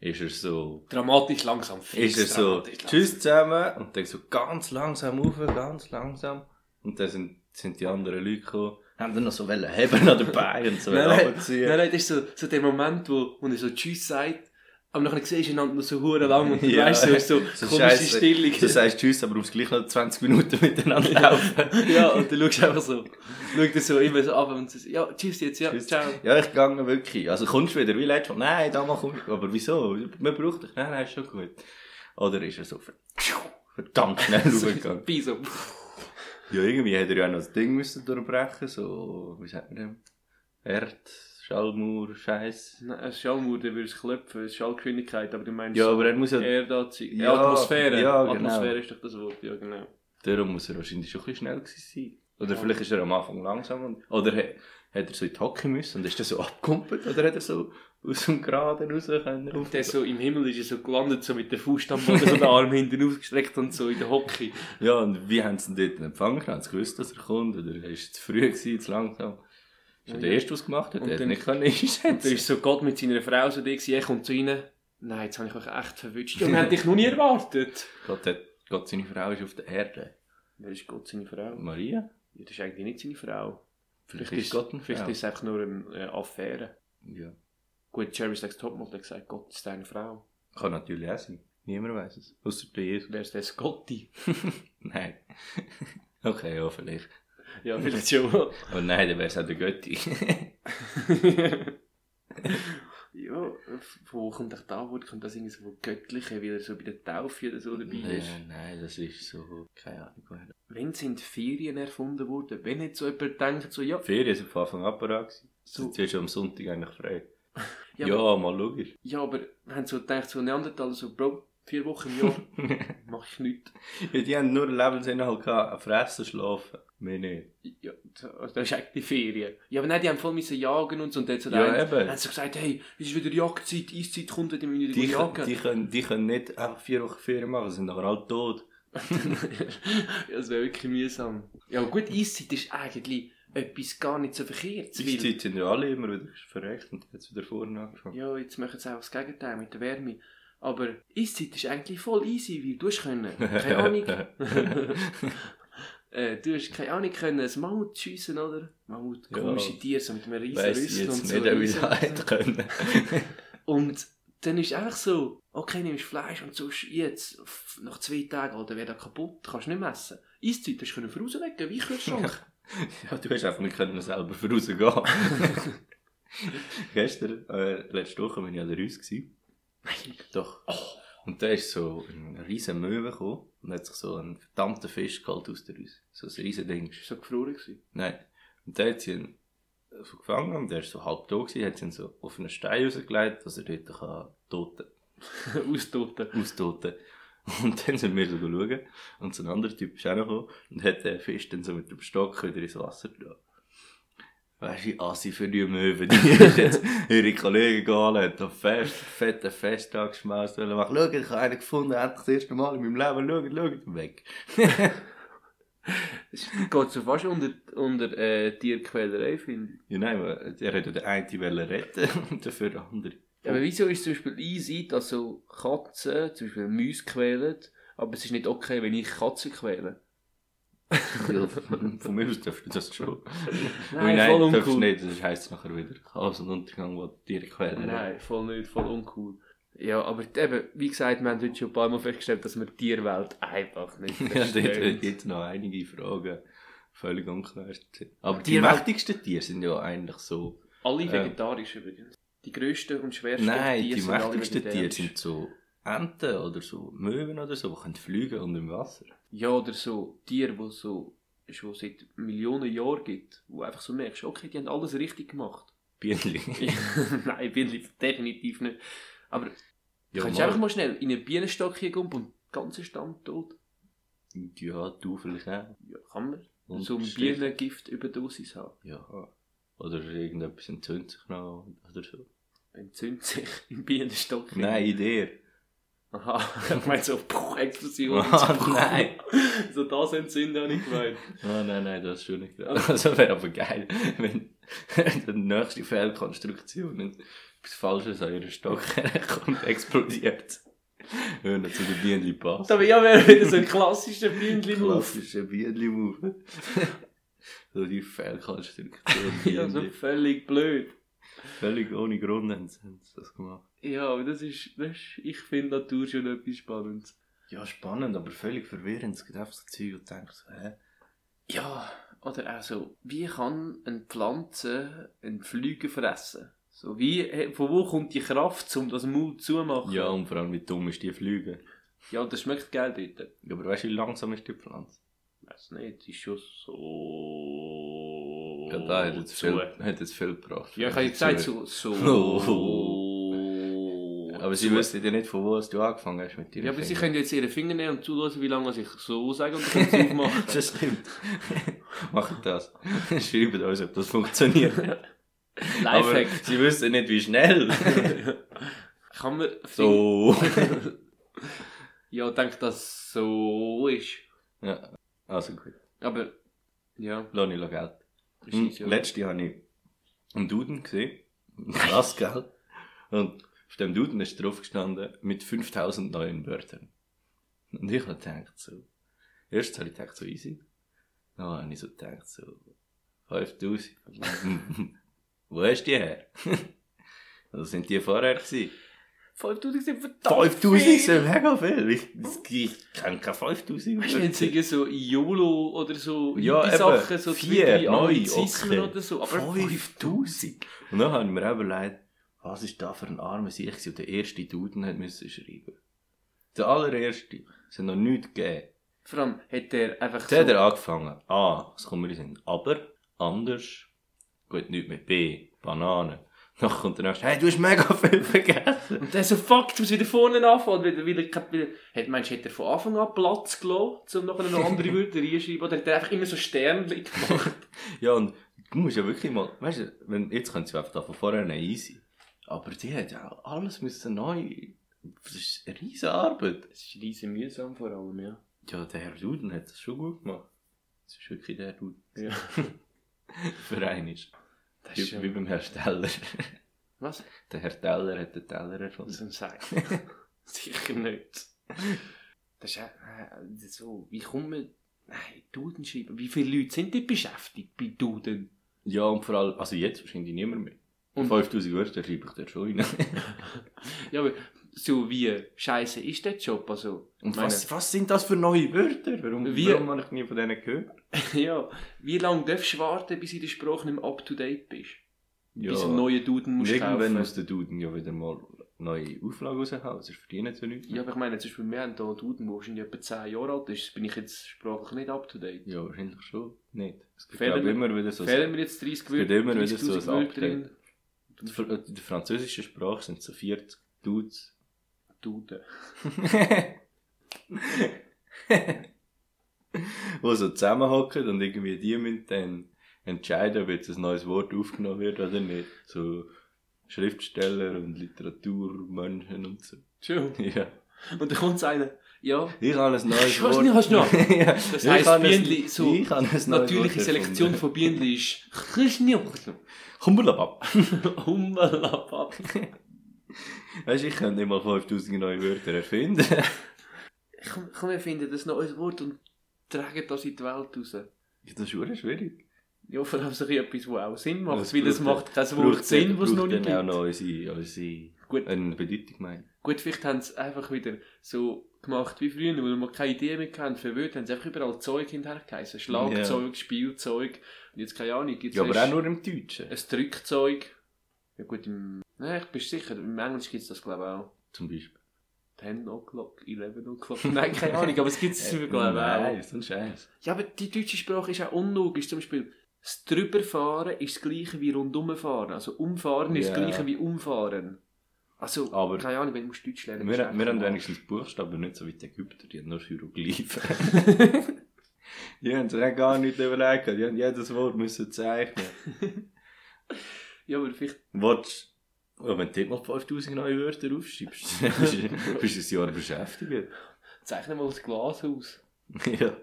[SPEAKER 1] Ist er so...
[SPEAKER 2] Dramatisch langsam. fix
[SPEAKER 1] ist er so,
[SPEAKER 2] dramatisch langsam.
[SPEAKER 1] tschüss zusammen, und dann so ganz langsam rauf, ganz langsam. Und dann sind, sind die anderen Leute gekommen, haben dann noch so Wellen heben an dabei und so
[SPEAKER 2] Nein,
[SPEAKER 1] wollen
[SPEAKER 2] nein.
[SPEAKER 1] runterziehen.
[SPEAKER 2] Nein, nein, das ist so, so der Moment, wo, wo er so Tschüss sagt, aber nachher siehst du einander noch so hure lang und dann
[SPEAKER 1] Ja.
[SPEAKER 2] weißt du, so, so
[SPEAKER 1] So
[SPEAKER 2] komische
[SPEAKER 1] scheisse.
[SPEAKER 2] Stille.
[SPEAKER 1] Du sagst Tschüss, aber musst gleich noch 20 Minuten miteinander laufen.
[SPEAKER 2] ja, und dann schaust du einfach so, schaust du so immer so ab und so, ja, Tschüss jetzt, ja,
[SPEAKER 1] Tschüss.
[SPEAKER 2] ciao.
[SPEAKER 1] Ja, ich gehe wirklich. Also kommst du wieder, wie letztes Mal. Nein, damals kommst du. Aber wieso? Man braucht dich. Nein, nein, ist schon gut. Oder ist Oh, er so ver- verdammt schnell
[SPEAKER 2] So,
[SPEAKER 1] raufgegangen?
[SPEAKER 2] Bis so.
[SPEAKER 1] Ja, irgendwie hätte er ja auch noch das Ding müssen durchbrechen so, wie sagt man dem? Erd, Schallmauer, Scheiß.
[SPEAKER 2] Nein, ein Schallmauer, der würde es klopfen, es ist Schallgeschwindigkeit, aber du meinst
[SPEAKER 1] Ja, aber er muss ja,
[SPEAKER 2] Erdanziehung,
[SPEAKER 1] Ja,
[SPEAKER 2] Atmosphäre,
[SPEAKER 1] ja, genau.
[SPEAKER 2] Atmosphäre ist doch das Wort, ja genau.
[SPEAKER 1] darum muss er wahrscheinlich schon ein bisschen schnell gewesen sein. Oder
[SPEAKER 2] Ja.
[SPEAKER 1] vielleicht ist er am Anfang langsam und, oder he- hat er so in die Hocke müssen und ist dann so abgekumpelt oder hat er so aus dem Graden raus können rauf-
[SPEAKER 2] Und der so im Himmel ist er so gelandet, so mit der Faust am Boden, so den Arm hinten ausgestreckt und so in der Hocke.
[SPEAKER 1] Ja, und wie haben sie ihn dort empfangen? Haben sie gewusst, dass er kommt? Oder war es zu früh, gewesen, zu langsam? Ist er
[SPEAKER 2] Ja,
[SPEAKER 1] der
[SPEAKER 2] ja.
[SPEAKER 1] Erste, was es gemacht hat?
[SPEAKER 2] Und
[SPEAKER 1] Der hat
[SPEAKER 2] dann-
[SPEAKER 1] nicht können
[SPEAKER 2] Und da
[SPEAKER 1] einschätzen.
[SPEAKER 2] ist so Gott mit seiner Frau so da gewesen, er kommt zu ihnen. Nein, jetzt habe ich euch echt verwünscht. Ja, wir haben dich noch nie erwartet.
[SPEAKER 1] Gott, hat, Gott, seine Frau ist auf der Erde.
[SPEAKER 2] Wer ist Gott seine Frau? Ja,
[SPEAKER 1] Maria?
[SPEAKER 2] das ist eigentlich nicht seine Frau.
[SPEAKER 1] Vielleicht, ist Gott eine
[SPEAKER 2] vielleicht
[SPEAKER 1] Frau.
[SPEAKER 2] ist es einfach nur eine äh, Affäre.
[SPEAKER 1] Ja.
[SPEAKER 2] Gut, Jerry Sex Topmodel hat gesagt, Gott ist deine Frau.
[SPEAKER 1] Kann natürlich auch sein. Niemand weiß es. Außer der Jesus.
[SPEAKER 2] Wer ist das Gotti?
[SPEAKER 1] Nein. okay, ja, vielleicht.
[SPEAKER 2] Ja, vielleicht schon.
[SPEAKER 1] Aber nein, dann wäre es auch der Götti.
[SPEAKER 2] ja, f- wo kommt euch da Wort? Kommt das irgendwie so vom Göttlichen, weil er so bei der Taufe oder so dabei ist?
[SPEAKER 1] nein, nein, das ist so. Keine Ahnung. woher.
[SPEAKER 2] Wann sind Ferien erfunden worden? Wenn jetzt so jemand denkt, so ja,
[SPEAKER 1] Die Ferien sind von Anfang an parat.
[SPEAKER 2] So.
[SPEAKER 1] So. Jetzt wirst du am Sonntag eigentlich frei.
[SPEAKER 2] ja,
[SPEAKER 1] Ja,
[SPEAKER 2] aber-
[SPEAKER 1] mal logisch.
[SPEAKER 2] Ja, aber wir haben so gedacht, so Neandertaler, so, Bro, vier Wochen im Jahr
[SPEAKER 1] ja,
[SPEAKER 2] mache ich nichts.
[SPEAKER 1] die haben nur einen Lebensinhalt gehabt. Fressen, schlafen. Mehr nicht.
[SPEAKER 2] Ja, das ist eigentlich die Ferien. Ja, aber nein, die haben voll müssen jagen und so. Und jetzt hat
[SPEAKER 1] Ja,
[SPEAKER 2] einer-
[SPEAKER 1] eben.
[SPEAKER 2] haben sie gesagt, hey, es ist wieder Jagdzeit, Eiszeit kommt, dann müssen
[SPEAKER 1] Die,
[SPEAKER 2] wir jagen.
[SPEAKER 1] können- die, können, die können nicht einfach vier Wochen Ferien machen, sind aber alle tot.
[SPEAKER 2] ja, das wäre wirklich mühsam. Ja gut, Eiszeit ist eigentlich etwas gar nicht so verkehrt.
[SPEAKER 1] Die Zeit sind ja alle immer wieder verreckt und jetzt wieder vorne angefangen.
[SPEAKER 2] Ja, jetzt machen sie auch das Gegenteil mit der Wärme. Aber Eiszeit ist eigentlich voll easy, weil du hast können, keine Ahnung, äh, du hast keine Ahnung können, ein Mammut schiessen, oder? Mammut,
[SPEAKER 1] Ja.
[SPEAKER 2] komische Tiere, so mit einem riesen
[SPEAKER 1] Weiss ich
[SPEAKER 2] Rüssel
[SPEAKER 1] jetzt
[SPEAKER 2] und
[SPEAKER 1] nicht,
[SPEAKER 2] so.
[SPEAKER 1] ob ich das
[SPEAKER 2] riesen-
[SPEAKER 1] hätte können.
[SPEAKER 2] Und dann ist es einfach so, okay, nimmst Fleisch und sonst jetzt, f- nach zwei Tagen, oder wäre da kaputt, kannst du nicht mehr essen. Eiszeit hast du können vorauslegen, wie Kühlschrank.
[SPEAKER 1] Ja, du hast einfach nicht können selber vorausgehen. Gestern, äh, letzte Woche, bin ich an der Rüss gewesen. Doch.
[SPEAKER 2] Oh,
[SPEAKER 1] Und da ist so ein riesen Möwe gekommen und hat sich so einen verdammten Fisch geholt aus der Rüss. So ein riesen Ding.
[SPEAKER 2] Ist so gefroren gewesen.
[SPEAKER 1] Nein. Und der hat sie ihn so gefangen und der ist so halb tot gewesen, hat sie ihn so auf einen Stein rausgelegt, dass er dort kann toten,
[SPEAKER 2] Austoten.
[SPEAKER 1] austoten. Und dann sind wir so schauen und so ein anderer Typ ist auch noch gekommen und hat den Fisch dann so mit dem Stock wieder ins Wasser getan. Weißt du, Assi für die Möwe, die ist jetzt ihre Kollegen geholt, hat fest, fetten Festtag geschmeißt, weil er macht, schau, ich habe einen gefunden, endlich das erste Mal in meinem Leben, schau, schau, weg.
[SPEAKER 2] Es geht so fast unter, unter äh, Tierquälerei, finde ich.
[SPEAKER 1] Ja, nein, aber er hat ja den einen wollen retten und dafür den anderen.
[SPEAKER 2] Aber wieso ist zum Beispiel easy, dass so Katzen, zum Beispiel Mäuse quälen, aber es ist nicht okay, wenn ich Katzen quäle?
[SPEAKER 1] Ja, von mir aus dürfte das schon.
[SPEAKER 2] Nein,
[SPEAKER 1] nein,
[SPEAKER 2] voll
[SPEAKER 1] dürfst
[SPEAKER 2] uncool.
[SPEAKER 1] nicht, das heisst nachher wieder Chaos und Untergang, wo die Tiere quälen.
[SPEAKER 2] Nein, voll nicht, voll uncool. Ja, aber eben, wie gesagt, wir haben heute schon ein paar Mal festgestellt, dass wir die Tierwelt einfach nicht
[SPEAKER 1] Ja, dort
[SPEAKER 2] verstehen.
[SPEAKER 1] gibt noch einige Fragen, völlig ungeklärt sind. Aber die,
[SPEAKER 2] Die Welt-
[SPEAKER 1] mächtigsten Tiere sind ja eigentlich so...
[SPEAKER 2] alle
[SPEAKER 1] Ja.
[SPEAKER 2] vegetarisch übrigens. Die grössten und schwersten
[SPEAKER 1] Nein, die,
[SPEAKER 2] Tiere sind alle
[SPEAKER 1] mächtigsten Tiere
[SPEAKER 2] vegetarisch.
[SPEAKER 1] sind so Enten oder so Möwen oder so, die können fliegen und im Wasser.
[SPEAKER 2] Ja, oder so Tiere, die so schon seit Millionen Jahren gibt, wo einfach so merkst, okay, die haben alles richtig gemacht.
[SPEAKER 1] Bienen.
[SPEAKER 2] Nein, Bienen definitiv nicht. Aber
[SPEAKER 1] Ja,
[SPEAKER 2] kannst du
[SPEAKER 1] mal.
[SPEAKER 2] einfach mal schnell in einen Bienenstock hier gehen und den ganzen Stamm tot?
[SPEAKER 1] ja, du vielleicht auch.
[SPEAKER 2] Ja, kann man.
[SPEAKER 1] Und
[SPEAKER 2] so ein
[SPEAKER 1] Stich-
[SPEAKER 2] Bienengift-Überdosis haben.
[SPEAKER 1] Ja. Oder irgendetwas entzündet sich noch oder so.
[SPEAKER 2] Entzündet sich im Bienenstock.
[SPEAKER 1] Nein, in dir.
[SPEAKER 2] Aha, ich meine so puh, Explosion.
[SPEAKER 1] Ah, nein.
[SPEAKER 2] So das entzünden habe ich gemeint.
[SPEAKER 1] Ah, nein, nein, das ist schon nicht klar. Das wäre aber geil, wenn die nächste Fehlkonstruktion etwas Falsches an ihren Stock herkommt, explodiert. Hören zu den Bienen passt.
[SPEAKER 2] Aber ja, wäre wieder so ein klassischer Bienenmove.
[SPEAKER 1] Klassische Bienen-Move. so die Fehlkonstruktion.
[SPEAKER 2] Ja, so
[SPEAKER 1] Bienen.
[SPEAKER 2] völlig blöd.
[SPEAKER 1] Völlig ohne Grund haben sie haben sie das gemacht.
[SPEAKER 2] Ja, aber das ist, das ist ich finde Natur schon etwas Spannendes.
[SPEAKER 1] Ja, spannend, aber völlig verwirrend. Es gibt einfach so Zeug und denkst so, hä?
[SPEAKER 2] Ja, oder auch so, wie kann eine Pflanze einen Flüger fressen? So, wie, he- von wo kommt die Kraft, um das Maul zumachen?
[SPEAKER 1] Ja, und vor allem, wie dumm ist die Flüge?
[SPEAKER 2] ja das schmeckt geil dort.
[SPEAKER 1] Ja, aber weißt du, wie langsam ist die Pflanze?
[SPEAKER 2] Weiß nicht, ist schon so.
[SPEAKER 1] Ja, da hat jetzt viel,
[SPEAKER 2] zu.
[SPEAKER 1] hat jetzt viel gebracht.
[SPEAKER 2] Ja, ich habe ja gesagt, so. so.
[SPEAKER 1] Aber sie wissen ja nicht, von wo du angefangen hast mit dir.
[SPEAKER 2] Ja, aber sie können jetzt ihre Finger nehmen und zuhören, wie lange ich so sage und dann können sie aufmachen.
[SPEAKER 1] das stimmt. Macht das. Schreibt uns, ob das funktioniert. aber
[SPEAKER 2] Lifehack.
[SPEAKER 1] sie wissen nicht, wie schnell.
[SPEAKER 2] Kann man.
[SPEAKER 1] so.
[SPEAKER 2] Ja, ich denke, dass so ist.
[SPEAKER 1] ja, also gut.
[SPEAKER 2] Aber. Ja,
[SPEAKER 1] Lass ich Geld.
[SPEAKER 2] precies, ja.
[SPEAKER 1] Letzte Hm, habe ich einen Duden gesehen. Krass, gell? Und auf dem Duden ist drauf gestanden, mit 5000 neuen Wörtern. Und ich habe gedacht, so, erst habe ich gedacht, so easy. Dann habe ich so gedacht, so, 5000. Wo hast du die her? Oder sind die vorher gewesen?
[SPEAKER 2] 5000 sind verdammt.
[SPEAKER 1] 5000
[SPEAKER 2] viel.
[SPEAKER 1] sind mega viel. Ich, ich kenne keine 5000.
[SPEAKER 2] Weißt du, wenn
[SPEAKER 1] Wörter.
[SPEAKER 2] sie Äh, so YOLO oder so,
[SPEAKER 1] Ja,
[SPEAKER 2] die
[SPEAKER 1] eben.
[SPEAKER 2] Sachen, so
[SPEAKER 1] Vier,
[SPEAKER 2] Twitter,
[SPEAKER 1] neu,
[SPEAKER 2] Anglizismen
[SPEAKER 1] okay.
[SPEAKER 2] oder so. Aber
[SPEAKER 1] 5000? Und dann habe ich mir auch überlegt, was ist da für ein armer Sieg, der der erste Duden hat müssen schreiben. Der allererste. Es hat noch nichts gegeben.
[SPEAKER 2] vor allem hat er einfach
[SPEAKER 1] Dann hat
[SPEAKER 2] so.
[SPEAKER 1] er angefangen. Ah, was kommt mir in den Sinn? Aber, anders. Gut, nicht mit B. Banane. Dann kommt der nächste, hey, du hast mega viel vergessen.
[SPEAKER 2] Und dann so, fuck, du musst wieder vorne anfangen. Weil, weil, weil, hat, meinst du, hat er von Anfang an Platz gelassen, um nachher noch andere Wörter reinschreiben? Oder hat er einfach immer so Sternchen gemacht?
[SPEAKER 1] Ja, und du musst ja wirklich mal, weißt du, wenn, jetzt können sie einfach da von vorne nehmen, easy. Aber die hat ja alles müssen neu. Das ist eine riesige Arbeit.
[SPEAKER 2] Es ist riesig mühsam vor allem, ja.
[SPEAKER 1] Ja, der Herr Duden hat das schon gut gemacht. Das ist wirklich der Herr Duden.
[SPEAKER 2] Ja.
[SPEAKER 1] Für einen ist.
[SPEAKER 2] Das ist
[SPEAKER 1] Wie, wie
[SPEAKER 2] schon...
[SPEAKER 1] beim Herr Teller.
[SPEAKER 2] Was?
[SPEAKER 1] Der Herr Teller hat den Teller erfunden.
[SPEAKER 2] So ein Sack. Sicher nicht. Das ist ja, äh, so, wie kommt man... Nein, Duden schreiben. Wie viele Leute sind dort beschäftigt bei Duden?
[SPEAKER 1] Ja, und vor allem, also jetzt wahrscheinlich niemand mehr.
[SPEAKER 2] Und-
[SPEAKER 1] 5000 Wörter schreibe ich dir schon rein.
[SPEAKER 2] Ja, aber so wie scheiße ist der Job? Also,
[SPEAKER 1] Und
[SPEAKER 2] meine-
[SPEAKER 1] was, was sind das für neue Wörter? Warum,
[SPEAKER 2] Wie-
[SPEAKER 1] warum habe ich nie von denen gehört?
[SPEAKER 2] Ja, wie lange darfst du warten, bis in der Sprache nicht mehr up-to-date bist?
[SPEAKER 1] Ja,
[SPEAKER 2] Bis einen neuen Duden musst du
[SPEAKER 1] irgendwann
[SPEAKER 2] kaufen.
[SPEAKER 1] muss der Duden ja wieder mal neue Auflagen raushauen, sonst verdienen sie nichts.
[SPEAKER 2] Ja,
[SPEAKER 1] mehr.
[SPEAKER 2] aber ich meine, zum Beispiel, wir haben hier einen Duden, der wahrscheinlich etwa 10 Jahre alt ist, bin ich jetzt sprachlich nicht up-to-date.
[SPEAKER 1] ja, wahrscheinlich schon. Nicht. Es gibt
[SPEAKER 2] Fehlen
[SPEAKER 1] glaube ich,
[SPEAKER 2] mir-
[SPEAKER 1] immer wieder so...
[SPEAKER 2] Fehlen mir jetzt 30
[SPEAKER 1] gibt
[SPEAKER 2] Wörter,
[SPEAKER 1] immer wieder so
[SPEAKER 2] 30'000
[SPEAKER 1] ein
[SPEAKER 2] Wörter drin?
[SPEAKER 1] In der Fr- in der französischen Sprache sind so 40 Dudes.
[SPEAKER 2] Duden.
[SPEAKER 1] die so zusammenhocken und irgendwie die müssen dann entscheiden, ob jetzt ein neues Wort aufgenommen wird oder nicht. So Schriftsteller und Literaturmenschen und so.
[SPEAKER 2] Schön.
[SPEAKER 1] Ja.
[SPEAKER 2] Und dann kommt einer, ja,
[SPEAKER 1] Ich habe ein neues
[SPEAKER 2] Ich weiß
[SPEAKER 1] Wort.
[SPEAKER 2] nicht, hast du noch?
[SPEAKER 1] ja,
[SPEAKER 2] Das
[SPEAKER 1] ich
[SPEAKER 2] heisst
[SPEAKER 1] habe ein-
[SPEAKER 2] Bienenli, so
[SPEAKER 1] ich habe ein neues
[SPEAKER 2] natürliche
[SPEAKER 1] Wort
[SPEAKER 2] Selektion von Bienen ist Christniochl.
[SPEAKER 1] erfunden. Hummelabab.
[SPEAKER 2] Hummelabab.
[SPEAKER 1] Weißt du, ich könnte nicht mal 5000 neue Wörter erfinden.
[SPEAKER 2] Komm, komm, wir finden das neues Wort und tragen das in die Welt raus.
[SPEAKER 1] das ist schon schwierig.
[SPEAKER 2] Ja, vor allem so etwas, was auch Sinn macht,
[SPEAKER 1] Das
[SPEAKER 2] weil es
[SPEAKER 1] braucht-
[SPEAKER 2] macht kein Wort Sinn, was es noch nicht
[SPEAKER 1] gibt. auch Äh.
[SPEAKER 2] gibt.
[SPEAKER 1] noch unsere, unsere
[SPEAKER 2] Gut.
[SPEAKER 1] eine Bedeutung meinen.
[SPEAKER 2] Gut, vielleicht haben sie einfach wieder so gemacht wie früher, weil wir keine Idee mehr hatten, verwirrt, haben sie einfach überall Zeug hinterhergeheißen. Schlagzeug, Spielzeug und jetzt keine Ahnung. Jetzt
[SPEAKER 1] Ja, aber
[SPEAKER 2] ist
[SPEAKER 1] auch nur im Deutschen.
[SPEAKER 2] Ein Drückzeug. Ja gut, im... Nein, ich bin sicher, im Englisch gibt es das glaube ich auch.
[SPEAKER 1] Zum Beispiel.
[SPEAKER 2] 10 o'clock, 11 o'clock, nein, keine Ahnung, aber es gibt es
[SPEAKER 1] Äh,
[SPEAKER 2] glaube ich auch.
[SPEAKER 1] Nein, so ein Scheiß.
[SPEAKER 2] Ja, aber die deutsche Sprache ist auch unlogisch. Zum Beispiel, das drüberfahren ist das gleiche wie rundumfahren. Also umfahren ist das
[SPEAKER 1] Ja.
[SPEAKER 2] gleiche wie umfahren. Also,
[SPEAKER 1] Aber-
[SPEAKER 2] keine Ahnung, wenn du musst Deutsch lernen
[SPEAKER 1] Wir,
[SPEAKER 2] bist du
[SPEAKER 1] wir
[SPEAKER 2] einfach
[SPEAKER 1] haben
[SPEAKER 2] mal-
[SPEAKER 1] wenigstens Buchstaben, nicht so wie die Ägypter, die haben nur Hieroglyphen. die haben sich auch gar nicht überlegt, die haben jedes Wort müssen zeichnen.
[SPEAKER 2] Ja, aber vielleicht...
[SPEAKER 1] Willst, ja, wenn du dort mal 5000 neue Wörter aufschreibst, bist du- bist du ein Jahr beschäftigt.
[SPEAKER 2] Zeichne mal das Glas aus.
[SPEAKER 1] ja.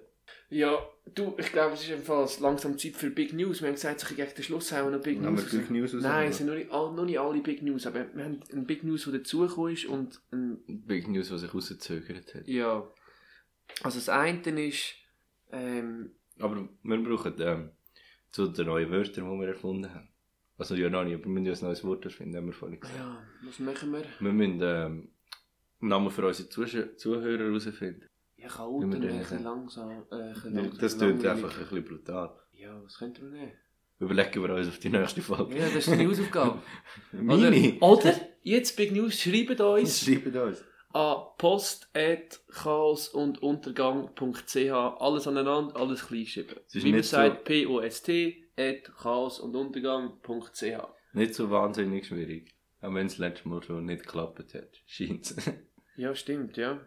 [SPEAKER 2] Ja, du, ich glaube, es ist jedenfalls langsam Zeit für Big News. Wir haben gesagt, sich gegen den Schluss hauen und Big
[SPEAKER 1] Haben wir
[SPEAKER 2] News. raus.
[SPEAKER 1] Big News rausgenommen?
[SPEAKER 2] Nein, es sind noch nicht, all, noch nicht alle Big News, aber wir haben eine Big News, die dazugekommen ist und ein,
[SPEAKER 1] Big News, was sich rausgezögert hat.
[SPEAKER 2] ja. Also das eine ist, ähm,
[SPEAKER 1] Aber wir brauchen ähm, zu den neuen Wörtern, die wir erfunden haben. Also ja, noch nicht, aber wir müssen ja ein neues Wort erfinden, haben wir vorhin gesagt.
[SPEAKER 2] ja, was machen wir?
[SPEAKER 1] Wir müssen ähm, Namen für unsere Zusch- Zuhörer herausfinden.
[SPEAKER 2] Ja,
[SPEAKER 1] Wie
[SPEAKER 2] Chaoten,
[SPEAKER 1] wir
[SPEAKER 2] ein
[SPEAKER 1] den
[SPEAKER 2] bisschen
[SPEAKER 1] nehmen.
[SPEAKER 2] langsam, äh, ein bisschen langsam.
[SPEAKER 1] Das klingt
[SPEAKER 2] langweilig.
[SPEAKER 1] einfach ein bisschen brutal.
[SPEAKER 2] Ja, was könnten wir nehmen?
[SPEAKER 1] Überlegen wir uns auf die nächste Folge.
[SPEAKER 2] Ja, das ist die Newsaufgabe.
[SPEAKER 1] Mini!
[SPEAKER 2] Oder, oder, jetzt Big News, schreibt uns.
[SPEAKER 1] Schreibt uns.
[SPEAKER 2] an post.chaos und untergang.ch. Alles aneinander, alles klein geschrieben.
[SPEAKER 1] Es ist
[SPEAKER 2] Wie man
[SPEAKER 1] nicht so-
[SPEAKER 2] sagt, post.chaos und untergang.ch.
[SPEAKER 1] Nicht so wahnsinnig schwierig. Auch wenn es letztes Mal schon nicht geklappt hat. Scheint
[SPEAKER 2] Ja, stimmt, ja.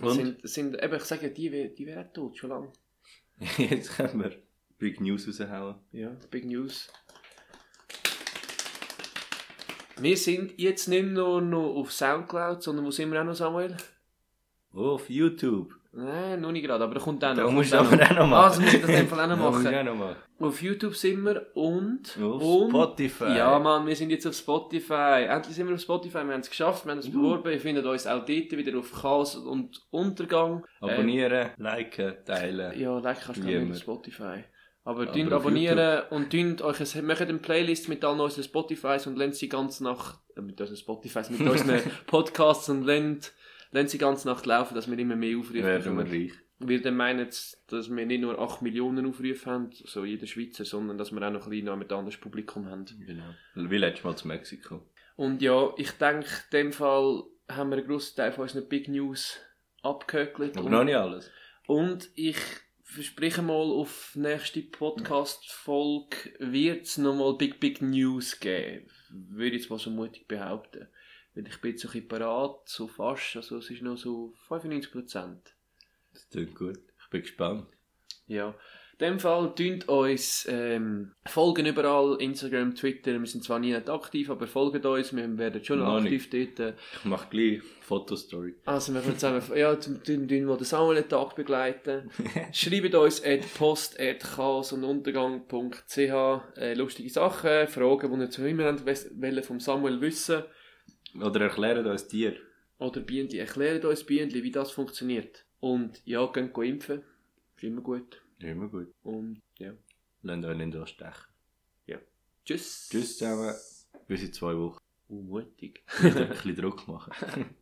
[SPEAKER 1] Und?
[SPEAKER 2] Sind, sind, eben, ich sage ja, die, wär- die wären tot, schon lange.
[SPEAKER 1] Jetzt können wir Big News raushauen.
[SPEAKER 2] Ja, Big News. Wir sind jetzt nicht mehr nur noch auf Soundcloud, sondern wo sind wir auch noch, Samuel?
[SPEAKER 1] Oh, auf YouTube.
[SPEAKER 2] Nein, noch nicht gerade, aber da kommt dann
[SPEAKER 1] Da
[SPEAKER 2] noch.
[SPEAKER 1] musst du
[SPEAKER 2] kommt dann
[SPEAKER 1] aber auch noch machen.
[SPEAKER 2] Ah, das muss ich auf jeden Fall auch noch
[SPEAKER 1] Das muss ich
[SPEAKER 2] machen.
[SPEAKER 1] auch noch machen.
[SPEAKER 2] noch. Auf YouTube sind wir und...
[SPEAKER 1] Auf
[SPEAKER 2] und
[SPEAKER 1] Spotify.
[SPEAKER 2] Ja, Mann, wir sind jetzt auf Spotify. Endlich sind wir auf Spotify. Wir haben es geschafft, wir haben es beworben. Ihr findet uns auch dort wieder auf Chaos und Untergang.
[SPEAKER 1] Abonnieren, liken, teilen.
[SPEAKER 2] Ähm, ja, lecker kannst du
[SPEAKER 1] Wie
[SPEAKER 2] gar nicht
[SPEAKER 1] immer.
[SPEAKER 2] auf Spotify. Aber,
[SPEAKER 1] Aber
[SPEAKER 2] dünnt
[SPEAKER 1] auf
[SPEAKER 2] abonnieren und dünnt euch ein, macht eine Playlist mit allen unseren Spotifys und lernt sie ganze Nacht, äh, mit unseren Spotifys, mit unseren Podcasts und lernt, lernt sie ganze Nacht laufen, dass wir immer mehr Aufrufe
[SPEAKER 1] Werden wir
[SPEAKER 2] bekommen.
[SPEAKER 1] reich.
[SPEAKER 2] Wir dann meinen, dass wir nicht nur 8 Millionen Aufrufe haben, so jeder Schweizer, sondern dass wir auch noch ein bisschen mit anderes Publikum haben.
[SPEAKER 1] Genau. Wie letztes Mal zu Mexiko.
[SPEAKER 2] Und ja, ich denke, in dem Fall haben wir einen grossen Teil von unseren Big News abgehökelt.
[SPEAKER 1] Aber
[SPEAKER 2] Und,
[SPEAKER 1] noch nicht alles.
[SPEAKER 2] und ich verspreche mal, auf nächste Podcast-Folge wird es nochmal Big Big News geben. würde ich jetzt mal so mutig behaupten. Weil ich bin jetzt so ein bisschen parat, so fast, also es ist noch so 95%.
[SPEAKER 1] Das klingt gut. Ich bin gespannt.
[SPEAKER 2] Ja. In dem Fall tünt uns ähm, folgen überall, Instagram, Twitter, wir sind zwar nie nicht aktiv, aber folgt uns, wir werden schon noch
[SPEAKER 1] Noch
[SPEAKER 2] aktiv dort.
[SPEAKER 1] Ich mache gleich Fotostory.
[SPEAKER 2] Also wir können zusammen, ja, tun tun- tun wir den Samuel einen Tag begleiten. Schreibt uns at post at chaos und untergang.ch äh, lustige Sachen, Fragen, die ihr zu immer habt, wes- wollen vom Samuel wissen.
[SPEAKER 1] Oder erklären uns dir.
[SPEAKER 2] Oder Bienen, erklärt uns Bienen, wie das funktioniert. Und ja, gehen go impfen, ist immer gut.
[SPEAKER 1] Ist immer gut.
[SPEAKER 2] Und ja,
[SPEAKER 1] Lasst euch nicht anstechen.
[SPEAKER 2] tschüss.
[SPEAKER 1] Tschüss zusammen. Bis in zwei Wochen.
[SPEAKER 2] Und mutig.
[SPEAKER 1] Ein bisschen Druck machen.